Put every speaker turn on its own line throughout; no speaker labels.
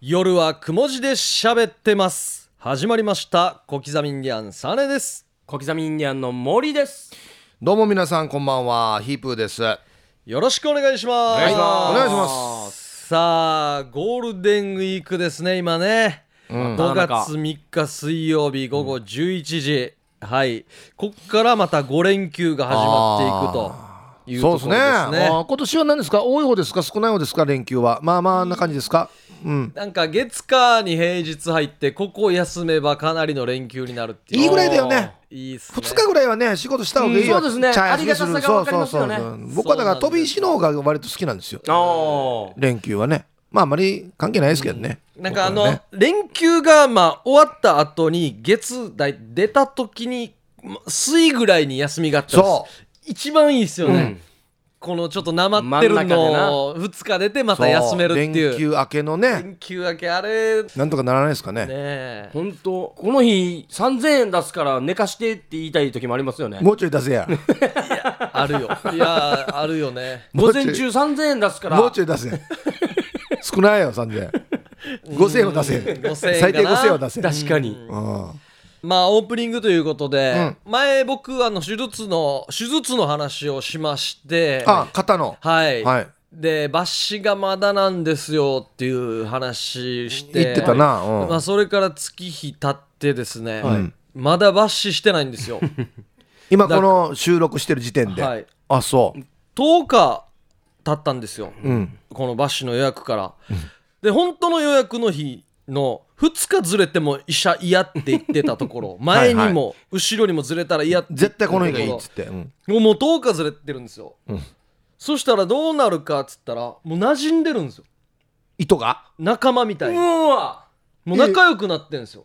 夜はくも字で喋ってます始まりました小刻みインディアンサネです
小刻みインディアンの森です。
どうも皆さんこんばんはヒープーですは
よろしくお願いします
いお願いし
い
ます
さあゴールデンウィークですね今ね、5
なかなか
月3日水曜日午後11時、はいこっからまた5連休が始まっていく
す
という
そう
とこ
です
ろ
ね
ですね
あー今年は何ですか多い方ですか少ない方ですか連休はまあまあな感じですかうん
なんか月火に平日入ってここ休めばかなりの連休になるっていう
いいぐらいだよね
いいっすね
2日ぐらいはね仕事した方がいいよ、
うんそうですね
チャイアスにる
ありがたさがわかりますよね
そうそうそう僕はだか
そうなんですよ
ら飛び石の方が割と好きなんですよ
ああ。
連休はねまああまり関係ないですけどね、
なんかあ
僕
の、
はね
連休がまあ終わった後に月台出た時にま水ぐらいに休みがあったんです
そ
一番いいですよね、このちょっとなまってる
真ん中でな
のを2日出てまた休めるっていう
連休明けのね
連休明けあれね
なんとかならないですかね
え
本当この日3000円出すから寝かしてって言いたい時もありますよね。
もうちょい出せや
あるよいやあるよね
午前中3000円出すから。
もうちょい出せ少ないよ3000 5000円を出
5000
せ
円かな
最低5000円を出せ
確かに。
うん
まあオープニングということで、前僕あの手術の手術の話をしまして
あ肩の
はい、
はい
で抜歯がまだなんですよっていう話して
言ってたなうん
まあ、それから月日経ってですね、
い
まだ抜歯してないんです よ
今この収録してる時点で、
はい
あそう
10日経ったんですよ、
うん
この抜歯の予約からで本当の予約の日の2日ずれても医者嫌って言ってたところ
は
前
い
にも後ろにもずれたら嫌って言っ
絶
てた
対
とこ
こ
ろ
の日がいいっつって、うん
もうもう10日ずれてるんですよ、
ん
そしたらどうなるかっつったらもう馴染んでるんですよ
糸が
仲間みたいに
うわ
もう仲良くなってんすよ。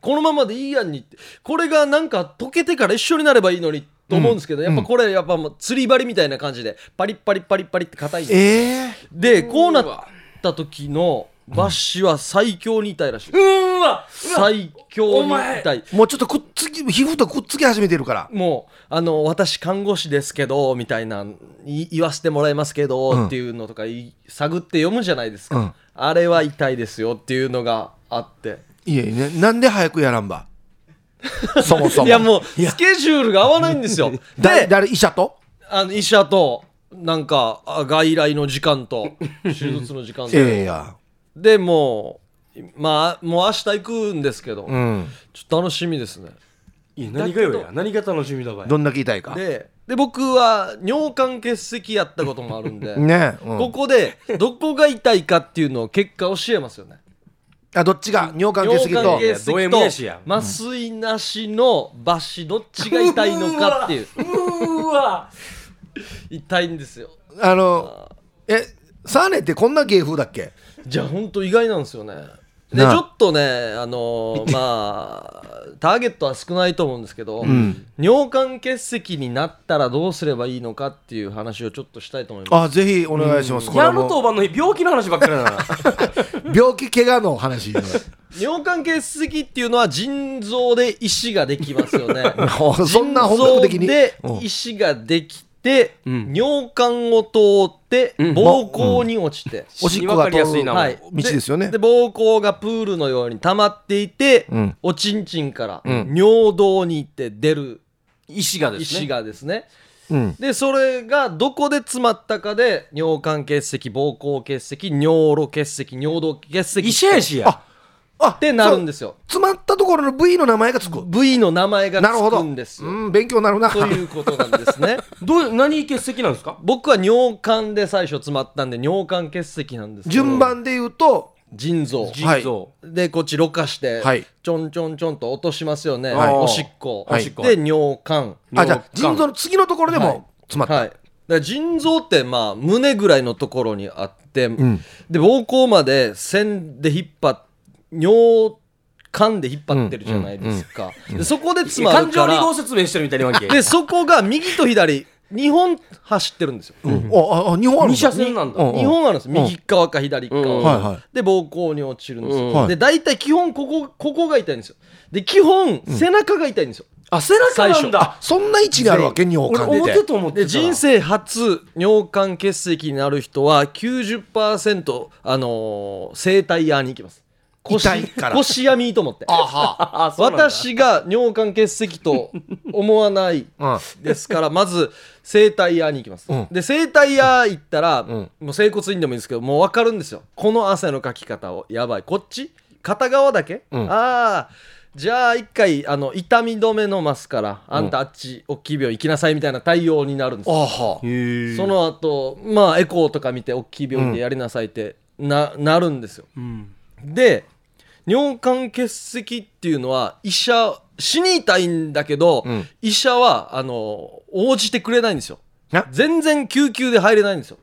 このままでいいやんにって。これがなんか溶けてから一緒になればいいのにと思うんですけど、やっぱこれやっぱもう釣り針みたいな感じで、パリッパリッパリッパリって硬いんで。
ええ
で、こうなった時のバッシは最強に痛いらしい。
うわ
最強に痛い。
もうちょっとくっつき皮膚とくっつき始めてるから
もうあの私看護師ですけどみたいない言わせてもらいますけど、
うん
っていうのとかい探って読むじゃないですか、
うん
あれは痛いですよっていうのがあって
いやいやなんで早くやらん ばそもそも
いやもうスケジュールが合わないんですよ
だ
で
誰医者と
あの医者となんかあ外来の時間と手術の時間
いやい
と
や
でもうまあもう明日行くんですけど、
うん
ちょっと楽しみですね
いや何がよや。何が楽しみだばい。
どんだけ痛いかね
でで僕は尿管結石やったこともあるん で、
え、うん
ここでどこが痛いかっていうのを結果教えますよね
あどっちが尿管結石
尿
と
管結
いやド M やし
石
や
と麻酔なしの抜歯どっちが痛いのかっていう
うわ
痛いんですよ
あのえサーネってこんな芸風だっけ
じゃあ本当意外なんですよねでち
なあ
ょっとねあの ーまあターゲットは少ないと思うんですけど、尿管結石になったらどうすればいいのかっていう話をちょっとしたいと思いま
あぜひお願いします、これ
や
は
る
も
当番の日病気の話ばっかりだな。
う病気怪我 の話
す尿管結石っていうのは腎臓で石ができますよね
そんな本格的に
腎臓
うん
で石ができて、
うん
尿管を通って
うん
膀胱に落ちて、
おしっこが通
わかりやすいなも
る
う
はい、
道ですよね
で膀胱がプールのように溜まっていて、
うん
おちんちんから
うん
尿道に行って出る
石がですね。
石。がですね、
うん
でそれがどこで詰まったかで尿管結石膀胱結石尿路結石尿道結石
石やしや。
あ
ってなるんで
で
すよ
詰まったところの部位の名前がつく
V の名前が
なるほ
つ
ど
くんですよ
うん勉強になるな
ということなんですね
どう何結石なんですか
僕は尿管で最初詰まったんで尿管結石なんですけど
順番で言うと
腎臓
腎臓。
でこっちろ過して、
はい
ちょんちょんちょんと落としますよね、
はい
おしっこ、
はい
おしっこ
で尿管
あじゃあ
尿管
腎臓の次のところで
はい
も詰まった、
はいだから腎臓ってまあ胸ぐらいのところにあって、
ん
で膀胱まで線で引っ張っ尿管で引っ張ってるじゃないですか、でそこで詰ま
感
るか
情に合
ら
説明してるみたいなわけ。
でそこが右と左2本走ってるんですよ、
うんあああ日本あるんだ
二車線なんだ。
うん
2本あるんです右側か左側、
うん
はいはい
で膀胱に落ちるんですよ、
うん
はい
で大体基本ここここが痛いんですよで基本背中が痛いんですよ、
あ、背中なんだ。
そんな位置にあるわけ尿
俺
管っ
表
て
と思って
で
た。
人生初尿管結石になる人は90%、あのー整体屋に行きます腰
痛いから
腰闇と思って
あは、
あ、そうなんだ。
私が尿管結石と思わない
うん、
ですからまず整体屋に行きます、
うん
で整体屋行ったら、
ん
もう整骨院でもいいんですけどもう分かるんですよこの汗のかき方をやばいこっち片側だけ、
うん
ああじゃあ一回あの痛み止め飲ますからあんたあっち大きい病院行きなさいみたいな対応になるんです
あ
よ
は
へえ
そ、の後まあエコーとか見て大きい病院でやりなさいってな,、なるんですよ
うん。
で尿管結石っていうのは医者死にたいんだけど、
うん
医者はあの応じてくれないんですよ
な
全然救急で入れないんですよ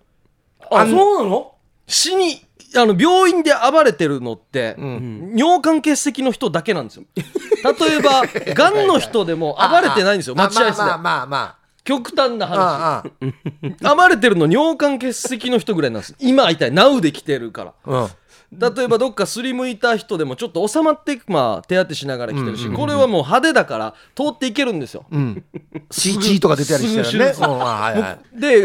あ、そうなの
死にあの病院で暴れてるのって、
うん
尿管結石の人だけなんですよ例え ばがんの人でも暴れてないんですよ
まあ
待合室で
まあまあま
極端な
あま
話
あ あ
暴れてるの尿管結石の人ぐらいなんです今会いたい NOW で来てるから
あうん
例えばどっかすりむいた人でもちょっと収まってまあ手当てしながら来てるし、
うんうんうん
これはもう派手だから通っていけるん ですよ、
うん、CT とか出たりしてるね。
す
うん、あはいはい。
で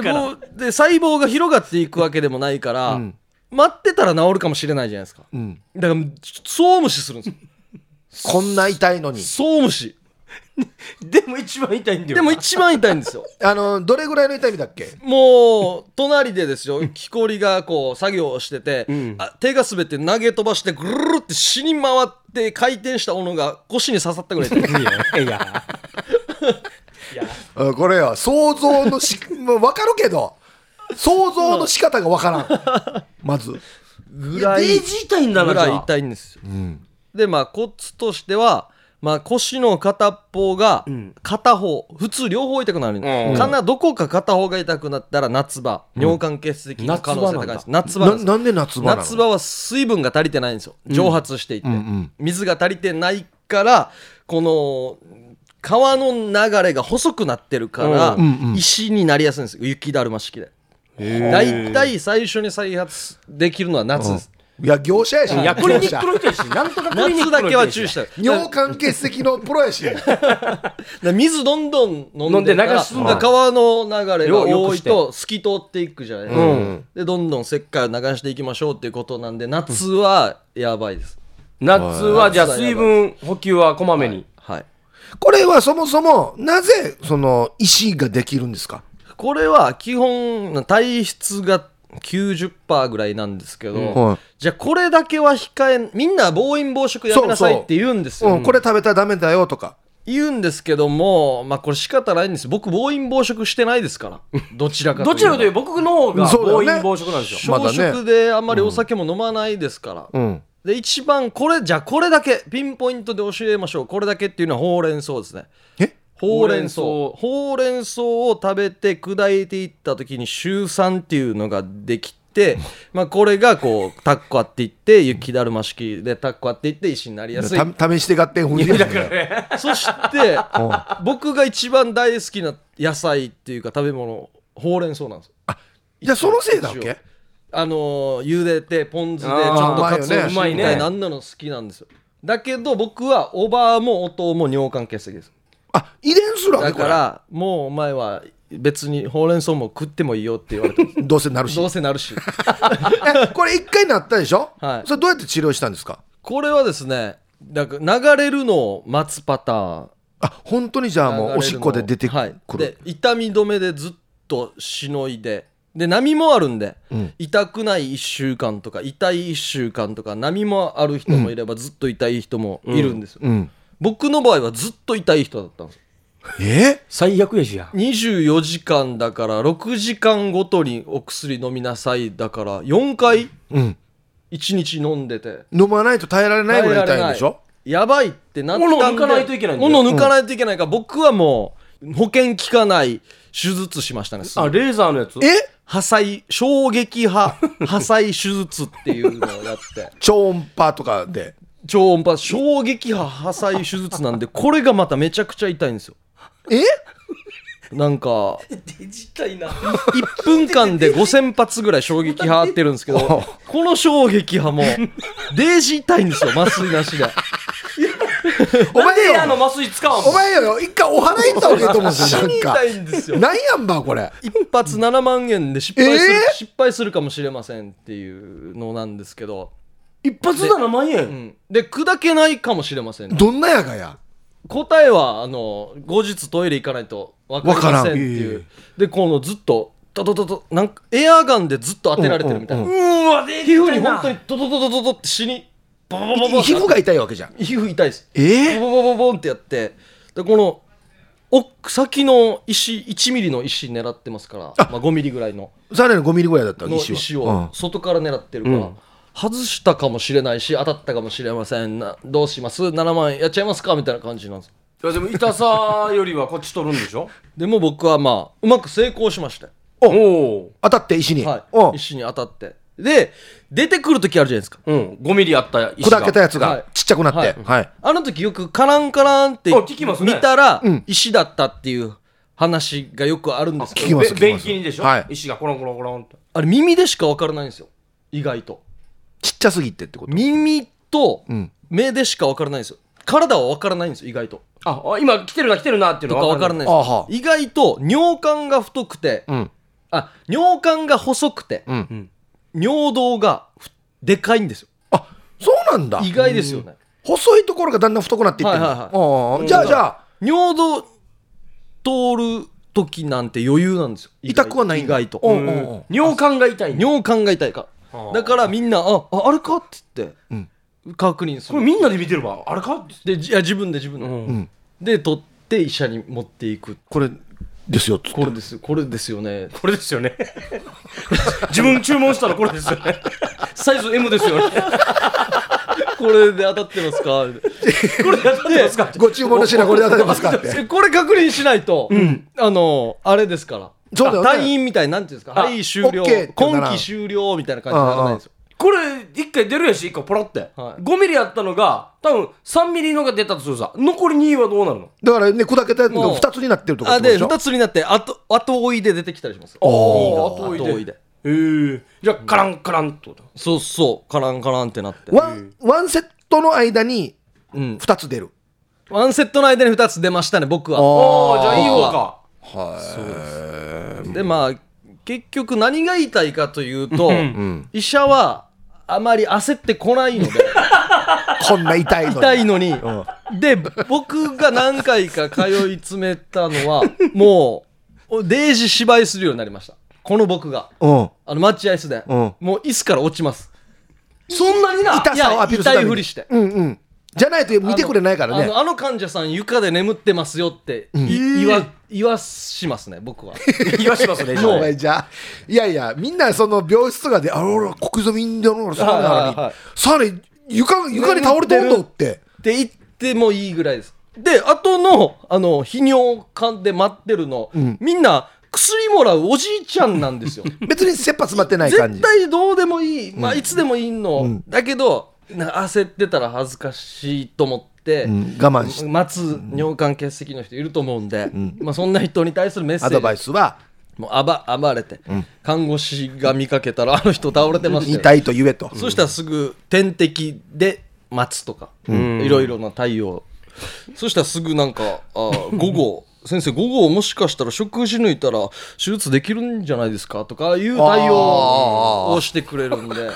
でもうで細胞が広がっていくわけでもないから、
うん
待ってたら治るかもしれないじゃないですか
うん、
だからそう無視するんですよ
こんな痛いのに。
そう無視
でも一番痛いんだよ。
でも、一番痛いんですよ
あの、どれぐらいの痛みだっけ
もう隣でですよ木こりがこう作業をしてて、
ん
あ手が滑って投げ飛ばしてぐるるって死に回って回転した斧が腰に刺さったぐらい痛い
いや、いや。
うんこれよ、想像のし、 もうわかるけど、想像の仕方がわからん。まず。
ぐ
いや、
ら
デ
い
ージ痛いんだ
ぐ
な、じ
らい
ゃあ。
痛いんですよ、でまあコツとしては、まあ、腰の片方が
うん
片方、普通両方痛くなる、
ん
かなどこか片方が痛くなったら夏場尿管結石の可能性高いです、夏場なん
な
です
なんで夏場なの
夏場は水分が足りてないんですよ蒸発していって、
うんうん
水が足りてないからこの川の流れが細くなってるから、
うん
うんうん
石になりやすいんですよ雪だるま式で大体、最初に再発できるのは夏です、
いや、業者やし。
いや、クリニック
業
の人やし、なんとかクリ
夏
ニックの人やし
だけは注意したい
者尿管結石のプロやし。
だから水どんどん飲んでるから
飲んで流し込んだ
だから川の流れが
よよ
多
く
い
して
と透き通っていくじゃないですか、
うん
でどんどん石灰を流していきましょうっていうことなんで夏はやばいです、
夏は、じゃあ、水分補給はこまめに。
はい
これはそもそも、なぜ、その、石ができるんですか
これは基本体質が90%ぐらいなんですけど、
はい
じゃあこれだけは控えみんな暴飲暴食やめなさいって言うんですよ
うん、これ食べたらダメだよとか。
言うんですけどもまあこれ仕方ないんです僕暴飲暴食してないですからどちらかというと
どちらかというと、僕の方が
そう
暴
だよね
飲暴食なんですよ。
まだね
小食であんまりお酒も飲まないですから、
うん。
で一番これじゃあこれだけピンポイントで教えましょうこれだけっていうのはほうれん草ですね
え
ほうれん草
ほうれん草
ほうれん草を食べて砕いていった時にシュウ酸っていうのができて、まあ、これがこうタッコあっていって雪だるま式でタッコあっていって石になりやすい
た試して合点踏んでるだから。
そして僕が一番大好きな野菜っていうか食べ物ほうれん草なんですよ
じゃあそのせいだっ
一応
け
あのー茹でてポン酢でち
あー
ょっとかつお節
う
み
ま
た
い
い
よね
なあんなの好きなんですよだけど僕はおばあもおとうも尿管結石です
あ、遺伝するわ
だ
けこれ
からもうお前は別にほうれん草も食ってもいいよって言われ てます
どうせなるし
ど。うせなるし
えこれ一回なったでしょ
はい
それどうやって治療したんですか
これはですねだから流れるのを待つパターン
あ、本当にじゃあもうおしっこで出て
はい
く
で
る。
痛み止めでずっとしのいでで波もあるんで、
うん
痛くない1週間とか痛い1週間とか波もある人もいれば、ずっと痛い人もいるんですよ、
うん。
僕の場合はずっと痛い人だったんですよ
え
最悪やしや。
24時間だから6時間ごとにお薬飲みなさいだから4回
うん。
1日飲んでて
飲まないと耐えられないぐらい痛いんでしょ
やばいってなったんで
斧抜かないといけないんだよ
斧抜かないといけないから、僕はもう保険効かない手術しましたね
あ、レーザーのやつ
え
破砕衝撃 波破砕手術っていうのをやって
超音波とかで。
超音波衝撃波破砕手術なんでこれがまためちゃくちゃ痛いんですよ
え
なんか
デジタイな。
1分間で5000発ぐらい衝撃波あってるんですけどこの衝撃波もデージ痛いんですよ麻酔なしで
お
なん
前
であの
よ、
麻酔使わんの
お前よ、一回お払い行った方がいいと思うんです よ、
死
なん
に
か
た。いんですよ
なんやんば、これ。
一発7万円で失敗する、
えー
失敗するかもしれませんっていうのなんですけど、
一発7万
う
円
ん、で砕けないかもしれません
どんなやがや。
答えはあの後日トイレ行かないと分かりませんってい
わからん
うでこのずっとドドドドなんかエアガンでずっと当てられてるみたいな、
う
うーわでき
皮膚に
な
本当にドドドドドドって死にボボボボボ
皮膚が痛いわけじゃん。
皮膚痛いです
ええ
ボボボボボンってやってでこの奥先の石1ミリの石狙ってますからまあ、5ミリぐらいの
さらに5ミリぐらいだったの
の
石は
石を外から狙ってるから、
うん
外したかもしれないし当たったかもしれませんなどうします ?7 万円やっちゃいますかみたいな感じなんです
いやでも痛さよりはこっち取るんでしょ
でも僕はまあうまく成功しましたよ
おお
当たって石に。
は
う
い
ん
石に当たってで出てくる時あるじゃないですか
ーうん5ミリあった石が
砕けたやつ
はい
がちっちゃくなって。
は
はい。
あの時よくカランカランって
あ聞きますね
見たら
うん
石だったっていう話がよくあるんですけ
聞き
ど
ます
べ
聞き
便
ます
器にでしょ
はい
石がコロンコロンコロンって
あれ耳でしか分からないんですよ意外と
ちっちゃすぎてってこと。
耳と
うん。
目でしか分からないんですよ体は分からないんですよ意外と
ああ今来てるな来てるなっていう
と
の
か
は
分から
い
ない
あはあ
です意外と尿管が太くて
うん。
あ尿管が細くて
うん。
尿道がふでかいんですよ
あ、そうなんだ。
意外ですよね
細いところがだんだん太くなっていってる
はいはいはい
ああじゃあじゃあ
尿道通る時なんて余裕なんですよ意外
痛くはないん
意
だ
外と、
うん
うんうん尿管が痛いんだ
尿管が痛いか
あ
ら
ー
だからみんなあああれかって言って、確認す
こ
る
れみんなで見てればあれかって
でじいや自分で自分で、
うん
うん
で取って医者に持っていく
これですよっつって
これですこれですよね
これですよね 自分注文したのこれですよねサイズ M ですよね
これで当たってます か
これやってますか
ご注文の品これで当たりま すかって
えこれ確認しないと、あのあれですから
そうだよね
あ退院みたいになんていうんですか
あ
はい終了、
オッケーってなら
今期終了みたいな感じにならないんですよ
これ一回出るやし一回ポロって、
はい
5ミリあったのが多分3ミリのが出たとするさ残り2はどうなるの
だからね砕けたやつ
も
が
う
2つになってるとか
あ
ってこと
で
しょ
2つになって後後追いで出てきたりします
あー
後追いで
後追いで
えー、じゃあカランカランってこと
そうそうカランカランってなって
ワンワンセットの間に
うん
2つ出る
ワンセットの間に2つ出ましたね僕は
ああじゃ
あ
あいい方か
でまあ結局何が言いたいかというと、
ん
医者はあまり焦ってこない ので
こんな痛いのに
痛いのに、で僕が何回か通い詰めたの はもうデージ芝居するようになりましたこの僕が
うん
あの待合室で、
うん
もう椅子から落ちます
そんなにな
痛
い
さを
や
アピールす
痛
るため
い
に
ふりして
うんうんじゃないと見てくれないから
あ
ね
のあの患者さん床で眠ってますよって、い言わ言わしますね僕は
言わしますね
あの
お前じゃあいやいやみんなその病室とかであらら小刻みにだろうそうなの
はいはいは
に
い
さらに床床に倒れてるのって
って言ってもいいぐらいですで後のあの泌尿管で待ってるの、みんな薬もらうおじいちゃんなん ですよ
別に切羽詰まってない感
絶
じ
対どうでもいい、まあ、いつでもいいの、だけどな焦ってたら恥ずかしいと思って、
うん我慢して
待つ尿管結石の人いると思うんで、まあ、そんな人に対するメッセ
アドバ
ー
イ
ジ
スは
もう暴暴れて、看護師が見かけたらあの人倒れてましたよ
痛いと言えと
そしたらすぐ点滴で待つとか、いろいろな対応。そしたらすぐなんか、あー午後、 先生、午後もしかしたら食事抜いたら手術できるんじゃないですかとかいう対応をしてくれるんで、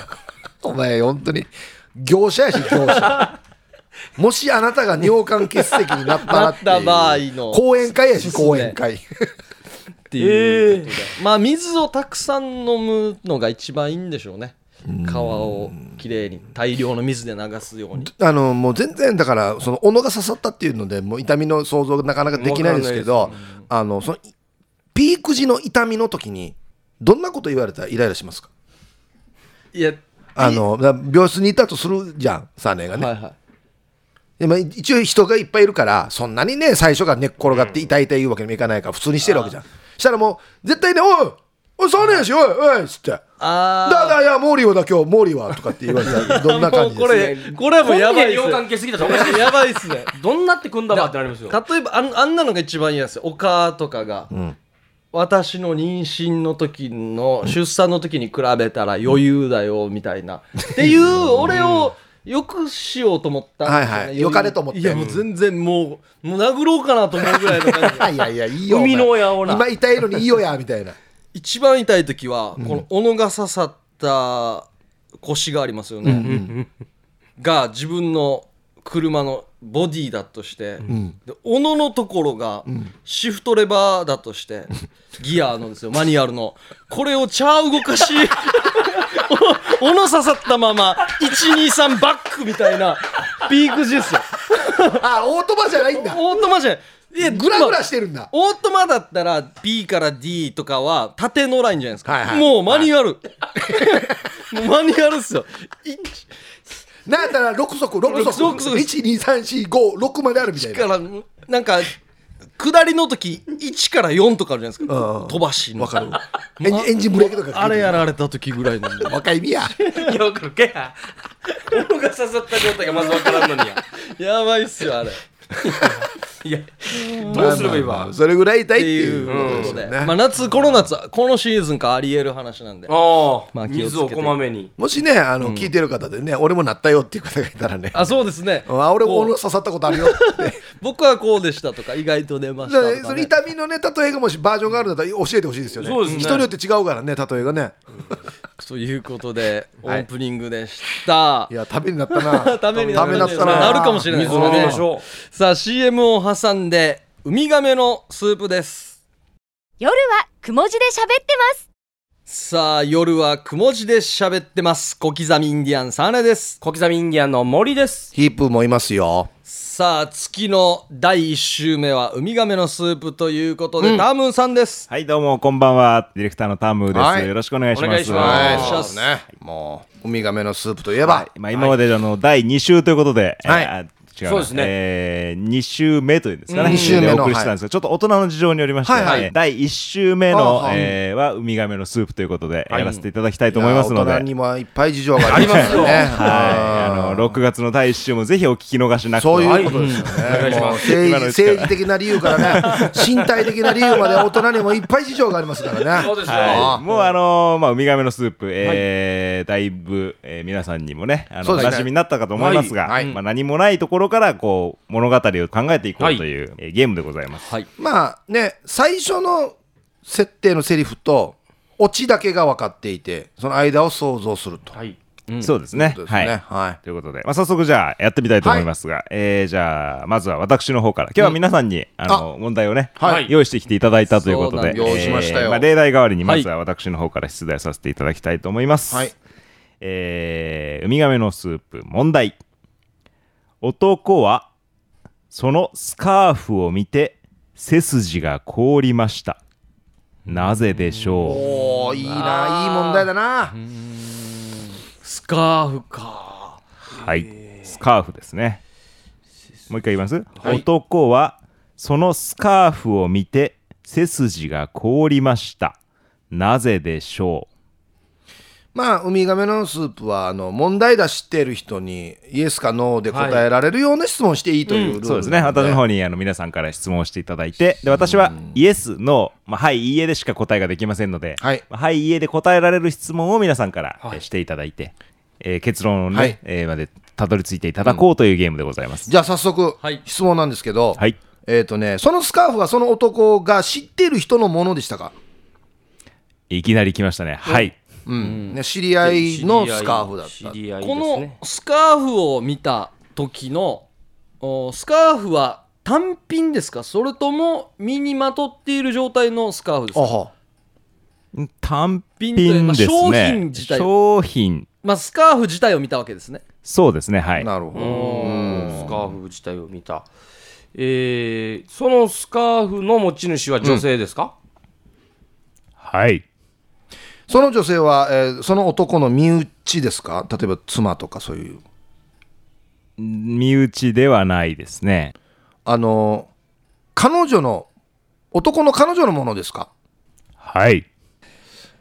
お前本当に業者やし業者 もしあなたが尿管結石になったらっていう
なった場合の
講演会やし
すすめ
講演会
っていうことで、まあ水をたくさん飲むのが一番いいんでしょうね。皮をきれいに大量の水で流すように。
あのもう全然だからその斧が刺さったっていうのでもう痛みの想像がなかなかできないですけ
わ
どあのそのピーク時の痛みの時にどんなこと言われたらイライラしますか
いや、
あのだから病室にいたとするじゃんサーネがね、
はいはい。
でまあ一応人がいっぱいいるからそんなにね最初から寝っ転がって痛い痛い言うわけにもいかないから普通にしてるわけじゃんしたらもう絶対ね「おいおいサーネやしおいおい」っつって「
あー
だだいやモーリーはだ今日モーリーは」とかって言われた らどんな感じ
もうこ
です
れ、これはもうやばいです
尿管
ね。
系すぎたらおかしい
やばいっすね。
どんなって組んだばってなりますよ
例えばあんあんなのが一番嫌ですよお母とかが、私の妊娠の時 の出産の時に比べたら余裕だよみたいな、っていう俺をよくしようと思ったんですよね
はいはい
より
良かれと思って
いやもう全然もうもう殴ろうかなと思うぐらいの感じ
いやいやいいよお前
海の親をな
今痛いのにいいよやみたいな
一番痛い時はこの斧が刺さった腰がありますよね、が自分の車のボディだとして、で斧のところがシフトレバーだとして、ギアのですよマニュアルのこれをチャー動かし お斧刺さったまま123バックみたいなピーク時ですよ
あオートマじゃない んだ
オートマじゃないいや
グラグラしてるんだ
オートマだったら B から D とかは縦のラインじゃないですか、
はいはい
もうマニュアル、 もうマニュアルっすよ
なんやったら6足6足
六足
12345まであるみたい
だか
な
らなんか下りの時1から4とかあるじゃないですか、
うん
飛ばしの
わかるエンジンエンジンブレーキとか
あれやられた時ぐらい なんで
若いみや
いやわかるけや物が刺さった状態がまずわからんのにや
やばいっすよあれっ
いやどうすればいい
まあまあまあ
わ
それぐらい痛いってて
い
いうう
こ
こと
とで、
ですよ
まあ、
ね
夏この夏このシーズンかありえる話なんであ
あ
まあ
あ
気をつけ
水
て
をこまめに
もしねあの聞いてる方でね俺もなったよっていう方がいたらね
そうですね
あ俺も
こう
俺刺さったことあるよって
僕はこうでしたとか意外と出まし
だ
た
か
と
ら
か、
その
ね、
痛みのね例えがもしバージョンがあるんだったら教えてほしいですよね
そうですね
人によって違うからね例えがね
ということでオ
はい
ープニングでした
い、やためになったな
ためになる
ためになった
なるかもしれない
水を飲みましょう
さあ CM を挟んでウミガメのスープです
夜はくも字で喋ってます
さあ夜はくも字で喋ってます小刻みインディアンサーネです
小刻みインディアンの森です
ヒープもいますよ
さあ月の第1週目はウミガメのスープということで、タームンさんです
はい、どうも、こんばんは。ディレクターのタムです。
はい
よろしくお願いします。
お願いします
はい
お願いします
そうねもうウミガメのスープといえば
まあ、今まであの、第2週ということで、
はい
えーあ違うな
そうですね
えー、2週目というんですかね、
うん二週目の
でお送りしてたんですけど、ちょっと大人の事情によりまして、
はいはい
えー第1週目
ああ
の
は、い
えーは、ウミガメのスープということで、やらせていただきたいと思いますの
や
で、
大人にもいっぱい事情がありますよね
はい、あの6月の第1週もぜひお聞き逃 しなく
そう
はい
いうことですよね。もう
今
政
の
治
うちから
政治的な理由からね、身体的な理由まで大人にもいっぱい事情がありますからね。
そうですよ
は
もうあのーまあ、ウミガメのスープ、えーだいぶ、えー皆さんにもね、あ
そ
の、
う
お
ですね
馴染みになったかと思いますが、
はいはい
まあ、何もないところから、こう、物語を考えていこうという、えーゲームでございます。
はい
まあね、最初の設定のセリフと、オチだけが分かっていて、その間を想像すると。
はい
そうですね。
そうです
は
ね
い。
はい
ということで、まあ、早速じゃあやってみたいと思いますが、えーじゃあまずは私の方から今日は皆さんに、あの問題をね、
はい
用意してきていただいたというこ
そ
と
うな
で
ん
です用意しましたよ
えーあ、例題代わりにまずは私の方から出題させていただきたいと思います、
はい
えーウミガメのスープ問題男はそのスカーフを見て背筋が凍りましたなぜでしょう
おおいいな、いい問題だな。
スカーフか
はい、スカーフですね。もう一回言います、男はそのスカーフを見て背筋が凍りました。なぜでしょ
まあ、ウミガメのスープは、あの、問題出してる人に、イエスかノーで答えられるような質問していいというルー
う
ル。
そうですね。私の方にあの皆さんから質問していただいて、で私はイエス、ノー、まあ、はい、いいえでしか答えができませんので、
はい
まあはい、いいえで答えられる質問を皆さんから、えしていただいて、えー結論をね、
はい
えーまでたどり着いていただこうというゲームでございます。
じゃあ早速、
はい
質問なんですけど、
はい
えっ、とね、そのスカーフはその男が知っている人のものでしたか、
いきなり来ましたね。はい。
うんね、知り合いのスカーフだった
知。り合いで
こ
す
の
ね
スカーフを見た時のおスカーフは単品ですかそれとも身にまとっている状態のスカーフですか
あは
単品ですね。
商品自体
商品
まあ、スカーフ自体を見たわけですね。
そうですね、はい。
なるほど。
スカーフ自体を見たえー、そのスカーフの持ち主は女性ですか、
はい。
その女性は、えーその男の身内ですか例えば妻とかそういう。
身内ではないですね。
あのー彼女の、男の彼女のものですか
はい。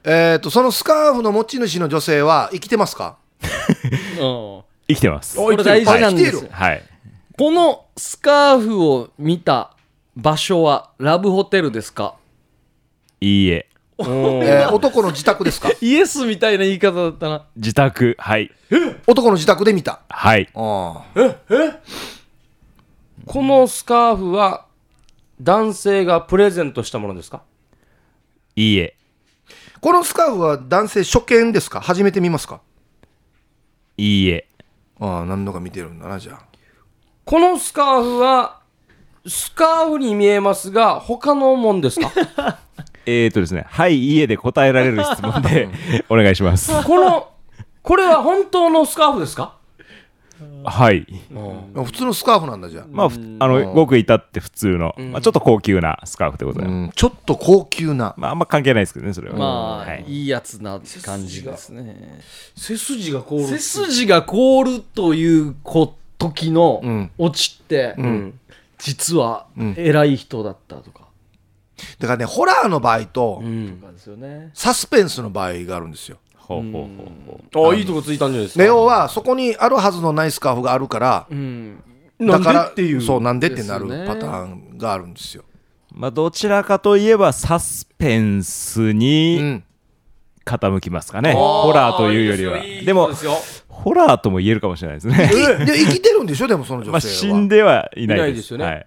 えっ、と、そのスカーフの持ち主の女性は生きてますか
こ
生きてます。
れ大事なんです
生きて
よ
る。
はい。
このスカーフを見た場所はラブホテルですか
いいえ。
えー男の自宅ですか
イエスみたいな言い方だったな。
自宅、はい。
男の自宅で見た
はい。
あ
このスカーフは男性がプレゼントしたものですか
いいえ。
ーこのスカーフは男性初見ですか初めて見ますか
いいえ。
ああ何度か見てるんだなじゃあ
このスカーフはスカーフに見えますが他のもんですか
えーとですね、はい、いいえで答えられる質問でお願いします。
このこれは本当のスカーフですか
はい。
普通のスカーフなんだじゃあ
まあ、ふあの、ごく至って普通の、まあ、ちょっと高級なスカーフでございます。
うんちょっと高級な
まあ、あんま関係ないですけどね、それは。
まあ、、
はいい。
いやつな感じですね。
背筋がこう
背筋が凍るというこ時の
ん
オチって、
ん
実は偉い人だったとか。
だからねホラーの場合と
うん
とかですよね。
サスペンスの場合があるんですよ
ほうほうほうほう。
あいいとこついたんじゃないですか
ネオはそこにあるはずのないスカーフがあるから
うん。
だか
な
ら
んでっていう
そうなんでってなる
ですね
パターンがあるんですよ
まあ、どちらかといえばサスペンス
う
に
ん
傾きますかね。ホラーというよりは。
いいですよ
でも
いいですよ
ホラーとも言えるかもしれないですね。
えで生きてるんでしょでもその
ま
女
あ、
性
死
は、
んではいないです。
いないで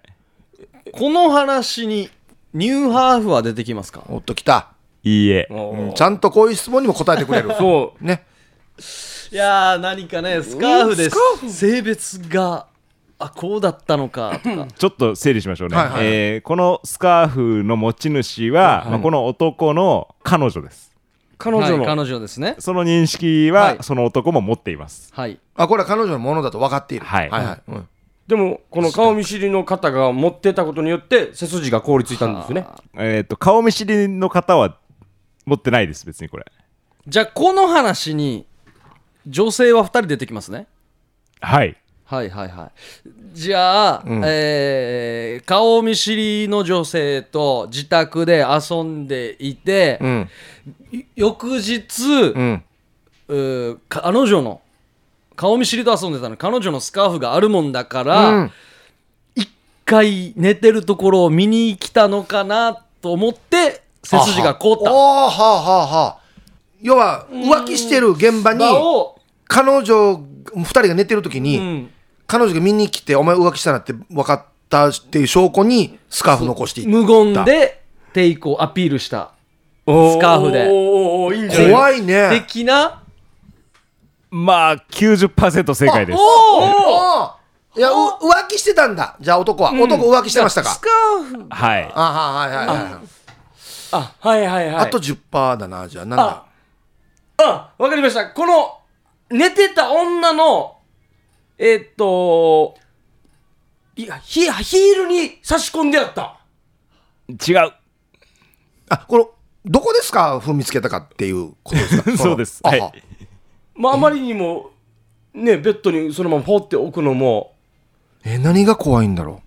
すよね
はい。
この話にニューハーフは出てきますか
おっと来た、
いいえ。
うん
も
ちゃんとこういう質問にも答えてくれる
うそ
ね
いやー何かねスカーフです性別があこうだったのかとか
ちょっと整理しましょうね。
はいはい
えーこのスカーフの持ち主は、まあ、この男の彼女です。
う彼女の、
はい彼女ですね
その認識
はい
はその男も持っています。
はい
あこれは彼女のものだと分かっている
はい
はいはいうん
でもこの顔見知りの方が持ってたことによって背筋が凍りついたんですよね
えっ、と顔見知りの方は持ってないです別にこれ。
じゃあこの話に女性は2人出てきますね
はい。
はいはいはいじゃあ、えー顔見知りの女性と自宅で遊んでいて、
うん
い翌日、
うん
うー彼女の顔見知りと遊んでたの彼女のスカーフがあるもんだから、
うん
一回寝てるところを見に来たのかなと思って背筋が凍っ
あ
た
はあはあはあ要は浮気してる現場に
場を、
彼女2人が寝てる時
う
に、
ん、
彼女が見に来てお前浮気したなって分かったっていう証拠にスカーフ残していっ
無言でテイクをアピールしたスカーフで
おーおーおーいいんじゃ
た
ない
怖いね
的な
まあ90%正解です。
おーいやう浮気してたんだじゃあ男は、男浮気してましたか
スカーフ
はい。
あははいはいはいはい
あはいはいはい
あと10%だなじゃあなんだ
あわかりましたこの寝てた女のえーっといやヒヒールに差し込んでやった
違う。
あこのどこですか踏みつけたかっていうことですか
そうです
あ
はい
は
まああまりにもねベッドにそのまま放っておくのも
え何が怖いんだろ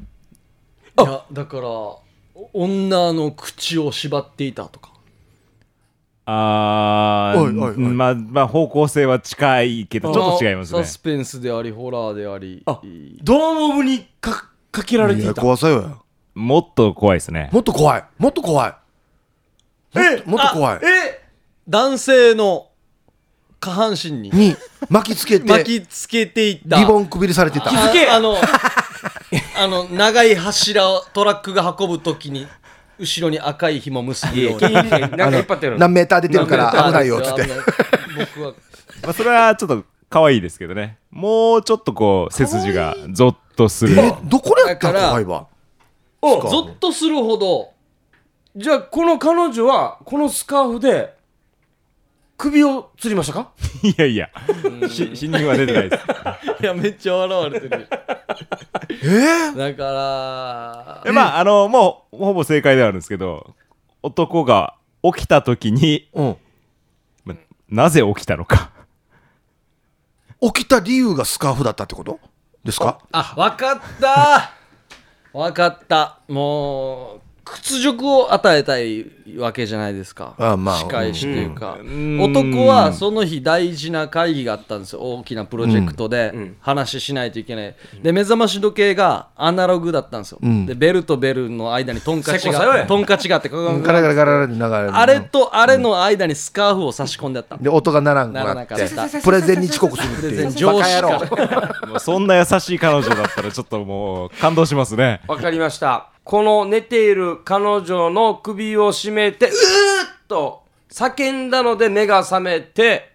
いやだから女の口を縛っていたとか
あー
おいおいおい
まあまあ方向性は近いけどちょっと違いますね
サ。スペンスでありホラーであり
あドアノブにかかけら
う
れて
い
い
や
た
怖さよ
もっと怖いですね。
もっと怖いもっと怖い
え
もっと怖い
え男性の下半身に
に巻きつけて
巻きつけていった
リボンくびりされてた
あけ
ああの あの長い柱をトラックが運ぶときに後ろに赤い紐結ぶ
い
よ
や
う
気に
に
入ってなんか引っ張ってる
何メーター出てるから
なん
危
か
ないよっつって
危ない僕は
まあそれはちょっと可愛いですけどね。もうちょっとこう背筋がゾッとする。
えどこでやった
だから
怖いわ
お
ゾッとするほど
じゃあこの彼女はこのスカーフで首を吊りましたか
いやいや。し死人は出てないです。
いやめっちゃ笑われてる
えー
だから
えまああのもうほぼ正解ではあるんですけど男が起きた時に、まなぜ起きたのか
起きた理由がスカーフだったってことですか
あわかったわかったもう屈辱を与えたいわけじゃないですか、
あまあ
仕返しというか、
うん
男はその日大事な会議があったんですよ大きなプロジェクト
うんう
で
ん
話ししないといけない、で目覚まし時計がアナログだったんですよ、
ん
でベルとベルの間にトンカチ
せっこさよ
が
や
トンカチがあってガガガ
ガラガラガラガラ流れる
あれとあれの間にスカーフを差し込んであった
で音がならんく
なら
な
な
っ
かった
てプレゼンに遅刻するって
プレ
い
ゼン
うバ
上
カ
司
野郎
か
もうそんな優しい彼女だったらちょっともう感動しますね
わかりました。この寝ている彼女の首を絞めて、うーっと叫んだので目が覚めて、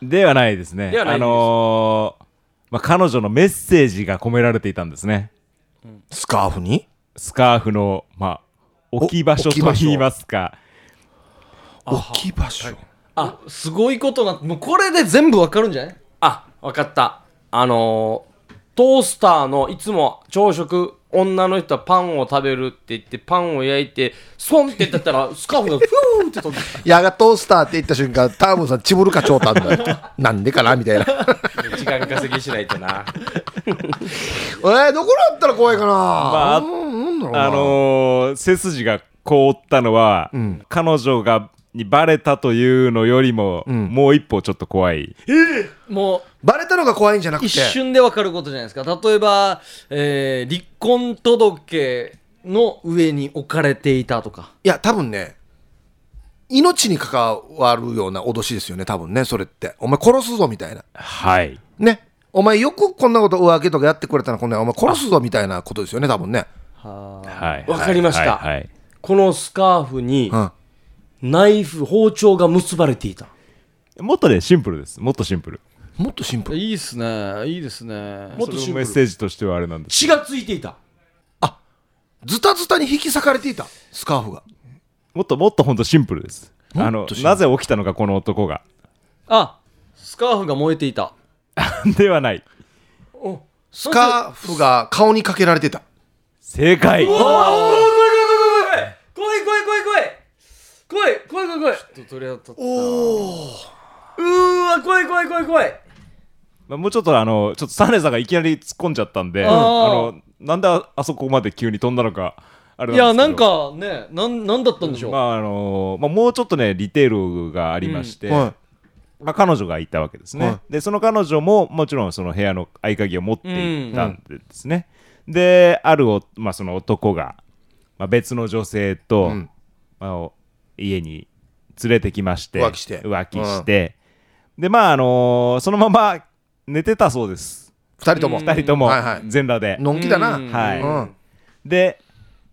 ではないですね
ではない
あ
です
のーまあ、彼女のメッセージが込められていたんですね
スカーフに
スカーフの、まあ、置き場所
置き
と
場所
言いますか
置き場所
すごいことなもうこれで全部わかるんじゃない
あ、わかった。あのートースターのいつも朝食、女の人はパンを食べるって言って、パンを焼いて、ソンってやったら、スカーフがフューって飛んでき
やがトースターって言った瞬間タームさんちぶるか長短だよなんでかなみたいな
た。時間稼ぎしないとな。
えー、どこだったら怖いかな、
あ
うんなんだろうな
あのー背筋が凍ったのは、彼女がにバレたというのよりも、もう一歩ちょっと怖い
もう
バレたのが怖いんじゃなくて
一瞬で分かることじゃないですか例えば、えー離婚届の上に置かれていたとか
いや多分ね命に関わるような脅しですよね多分ねそれってお前殺すぞみたいな
はい
ねお前よくこんなこと浮気とかやってくれたらこんなお前殺すぞみたいなことですよね多分ね
はい
わかりました
はいはい
このスカーフに
う、ん
ナイフ、包丁が結ばれていた。
もっとねシンプルですもっとシンプル
もっとシンプル
いいっすねいいですね
もっとシンプ
メッ
ル。
セージとしてはあれなんです
血がついていた。
ズタズタに引き裂かれていたスカーフが
もっともっとほんとシンプルですあ
も
の
っとシンプル
なぜ起きたのかこの男が
あスカーフが燃えていた
ではない
スカーフが顔にかけられてた
正解
怖い怖い怖い怖い怖い怖い怖い怖い
ちょっと取り当たった
うーわ怖い怖い怖い怖い
まあ、もうちょっとあのちょっとサネさんがいきなり突っ込んじゃったんであ
あー
のなんでああそこまで急に飛んだのかあれ
いやな
なん
ん
ですけど
かねなんなんだったんでしょう、
まああのまあ、もうちょっとねディテールがありまして、
は
まあ、彼女がいたわけですね、
は
でその彼女ももちろんその部屋の合鍵を持っていたんですね、であるお、まあ、その男が、まあ、別の女性と、
うん
まあお家に連れてきまして
浮気して
浮気してでまああのそのまま寝てたそうです
2人とも
2人とも
はいはい
全裸で、
のんきだな
うん
はい、
うん
で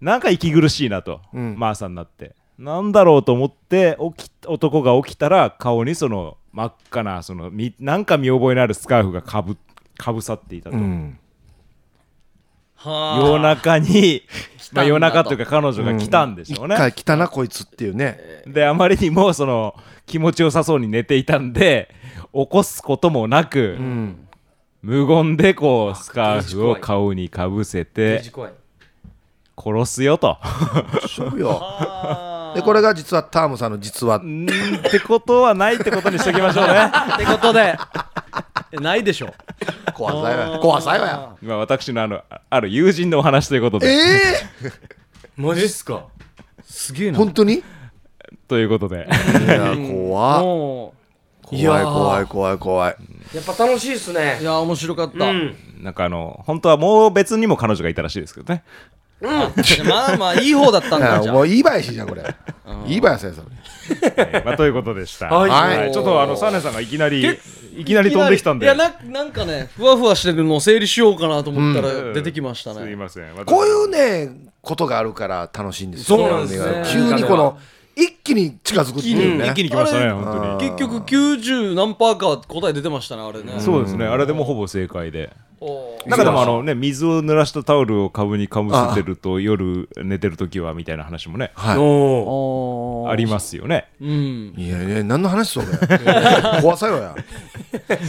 なんか息苦しいなと、
うん
マーさんになってなんだろうと思って起き男が起きたら顔にその真っ赤なそのみなんか見覚えのあるスカーフがかぶかぶさっていたと、
うん
はあ
夜 中に、
たんだ
まあ、
と
夜中というか彼女が来たんでしょう
一
ね、
回来たなこいつっていうね
であまりにもその気持ちよさそうに寝ていたんで起こすこともなく、無言でこうスカーフを顔にかぶせて
怖い
殺すよと。
そうよ
あ
でこれが実はタームさんの実は
んーってことはないってことにしときましょうね。
ーってことでえないでしょ
怖さよや怖さよや
まあ私のあのあある友人のお話ということ
え
で、
マジっすか
すげえ
え
な
本当に
ということで、
いや怖っ
も
怖い怖い怖い怖い
やっぱ楽しいっす
うい
ね
や面白かった、
うん
なんかあの本当はもう別にも彼女がいたらしいですけどね。
でまあまあいい方だったん
い
だ
や
じゃ
も
あ
ういい林じゃんこれいい林やそれ
はいまあということでした。
はい
ちょっとあのサーネさんがいきなりいきなり飛んできたんで、
いやななんかねふわふわしてるのを整理しようかなと思った
うん
ら出てきましたね、
すいません。私
こういうねことがあるから楽しいんですよ
そうなんですね
番組が急にこの一気に近づくっていうね
一気に来ました
あ
ね
れ
本当に。
結局90何パーか答え出てましたねあれね
そうですね。あれでもほぼ正解で。
おー
なんかでもあのね水を濡らしたタオルを株にかぶせてると夜寝てる時はみたいな話もね
は
おー
ありますよね。
うん
いいやいや何の話それ怖さよや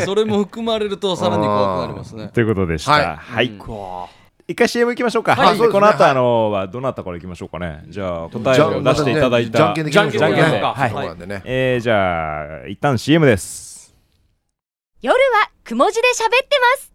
それも含まれるとさらに怖くなりますね
ということでした。
はい
はい一回 CM 行きましょうか。
はい
で
そうですね
この後、
はい
あのはどなたから行きましょうかね。じゃあ答えを出していただいた。
じゃんけんできましょう
じゃんけんで
はい
は
そ
いう
なんでね
えー、じゃあ一旦 CM です。
夜はくも字で喋ってます。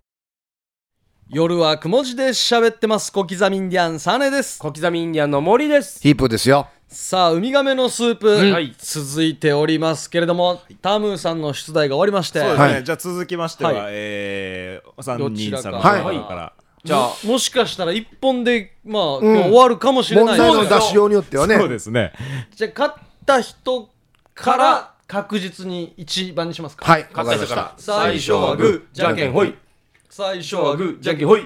夜はくも字で喋ってます小刻みインディアンサネです
小刻みインディアンの森です
ヒープーですよ。
さあウミガメのスープ、
はい
続いておりますけれどもタムーさんの出題が終わりまして
そうですね、
はい
じゃあ続きましては、
はい
えー、3
どち
人
らか
さんの
はい
方から、
じゃあもしかしたら一本でまあ、今日終わるかもしれ
問
ない
題
です
の出しようによってはね。
そうですね
じゃあ勝った人から確実に一番にしますか
はい、わ
勝っ
かり
た人か
まし
ら
た。
最初はグーじゃんけんほい最初
今日は
は
グ
グー
ーじゃんけんほい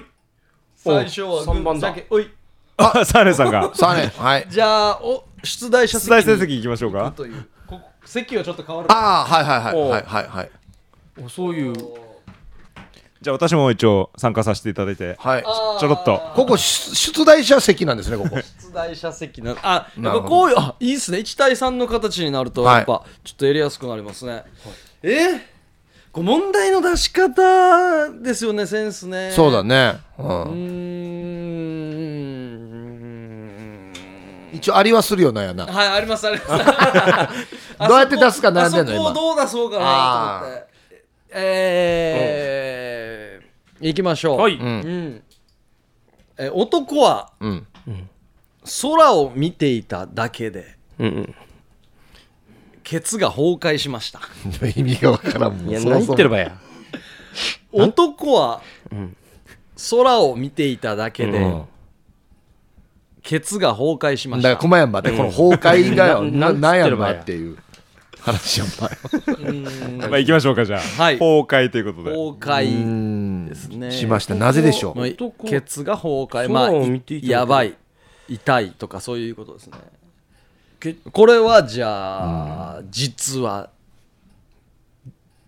最初はグ
三番
ーじ
だ
ゃんけんほい
サーネさ んが
さあね、はい。
じゃあお出題者
出題成
席
績いきましょうか
というここ席はちょっと変わる
ああ、はいはい
おう
はいはいはい
おそういう
じゃあ私も一応参加させていただいて
はい。はい。
ちょろっと
ここ出出題者席なんですね、ここ。
出題者席なあや
な
っ
る
ぱ
ほど
こういうあいいですね1対3の形になると
はい
やっぱちょっとやりやすくなりますね、えこう問題の出し方ですよねセンスね
そうだね。う
うー
ん。
ん
一応ありはするよなやな。
はいありますありま す
どうやって出すか悩んでんの
あそこを
今
どう出そうかなと思ってえー、いきましょう
はい、
うん
うんえ男は
うん。
空を見ていただけで
うんうん、
ケツが崩壊しました
意味がわからんもん。
いや
そも
何言
そも
ってればや
男は空を見ていただけで、ケツが崩壊しま
だ
し
か
た
ら、こまやんばって、この崩壊が よ、
うん
な
な
なんん
つって
や
れ
ん
ば
ば
や
っていう話やんばよ。
まあ行きましょうかじゃあ、
はい
崩壊ということで
崩
う
壊
ん
ですね
しました。なぜでしょ
も
う。
う
男
ケツが崩壊まあ
空を見ていただけ
い
で
やばい痛いとかそういうことですねこれはじゃあ、実は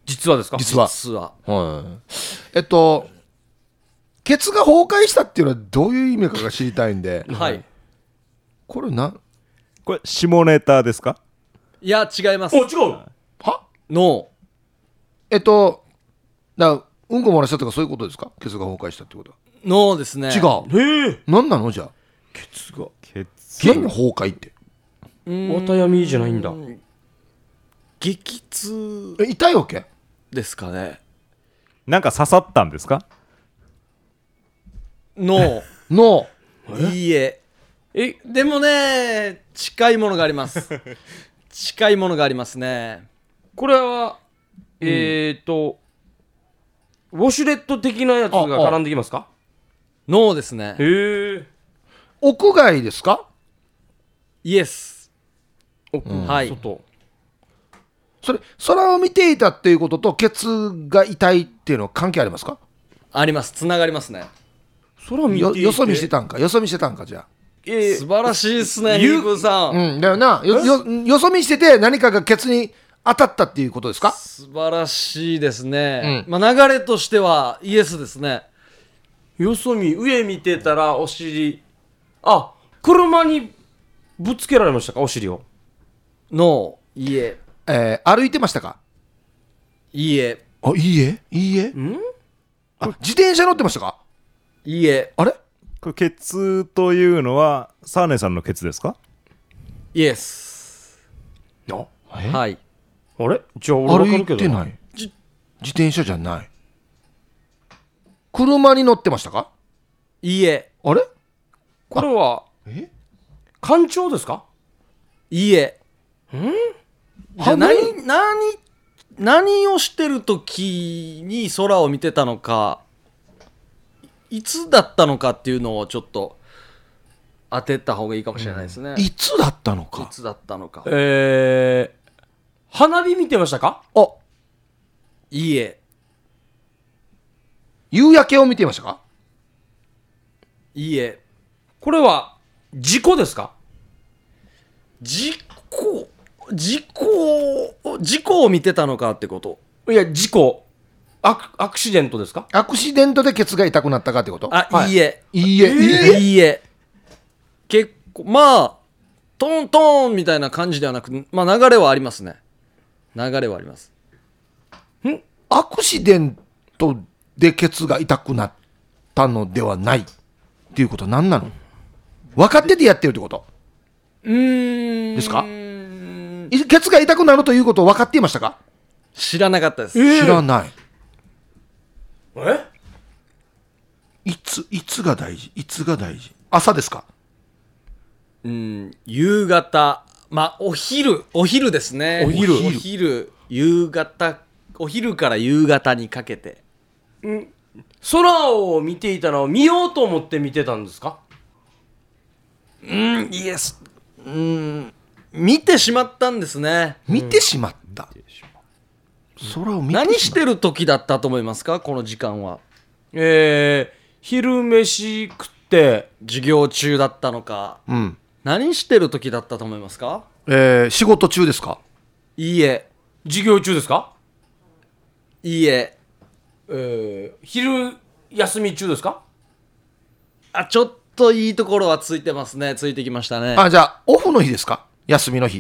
実はですか
実は。
実は
はい。えっと、ケツが崩壊したっていうのはどういう意味かが知りたいんで、
はい
これな、
これ下ネタですか
いや違います
お違う
は
ノ
えっと、だうんこ漏らしたとかそういうことですかケツが崩壊したってことは。
ーノーですね
違う。
へえ
何なのじゃあ。
すごい
ケツ
何崩壊って。
綿闇じゃないんだ
激痛
え痛いわけ
ですかね
なんか刺さったんですか
ノ
の、
ーいいえ
え
でもね近いものがあります近いものがありますね
これはえっ、ー、とウォシュレット的なやつが絡んできますか
ノーですね
へえ
屋外ですか
イエス
奥、
はい
外
それ、空を見ていたっていうことと、ケツが痛いっていうのは関係ありますか
ありますつながりますね
空見てい
よ
て
よそ見してたんかよそ見してたんかじゃ
え
素晴らしいですねヒ
ゆ
ープーさ
あ。
ん
うん、だよな。よ、よ、よそ見してて何かがケツに当たったっていうことですか
素晴らしいですね、
う
まあ、流れとしてはイエスですね
よそ見上見てたらお尻あ車にぶつけられましたかお尻を
ノーいいえ
えー、歩いてましたか
いいえ
あ、いいえいいえあ、自転車乗ってましたか
いいえ
あれ
これケツというのはサーネさんのケツですか
イエス
あ
はい
あれじゃあ俺
歩
分
い
かる
て
けど
ない自転車じゃない車に乗ってましたか
いいえ
あれ
これは
え
干潮ですか
いいえんじゃあ
ハンドル
何何何をしてる時に空を見てたのかいいつだったのかっていうのをちょっと当てた方がいいかもしれないですね、い
いつだったのか
つだったのか
えー、花火見てましたか
あ
いいえ
夕焼けを見ていましたか
いいえ
これは事故ですか
事故事故事故を見てたのかってこと
いや事故アクアクシデントですか
アクシデントでケツが痛くなったかってこと
あ、
は
い、
い
いえ
いいえいいえ
いいえ結構まあトントンみたいな感じではなくまあ流れはありますね流れはあります
アクシデントでケツが痛くなったのではないっていうことは何なの分かっててやってるってこと
うーん
ですかいケツが痛くなるということを分かっていましたか
知らなかったです
知らない
え
いつ、いつが大事いつが大事朝ですか
うん、夕方、まあ、お昼、お昼ですね。
お昼
お昼、夕方、お昼から夕方にかけて。
空を見ていたのを見ようと思って見てたんですか
うん、イエス。うん、見てしまったんですね。
見てしまった。空を見てしまった。
何してる時だったと思いますかこの時間は。
えー、昼飯食って
授業中だったのか。
うん。
何してる時だったと思いますか
えー、仕事中ですか
いいえ、
授業中ですか
いいえ。
えー、昼休み中ですか
あ、ちょっといいところはついてますね。ついてきましたね。
あ、じゃあ、オフの日ですか休みの日。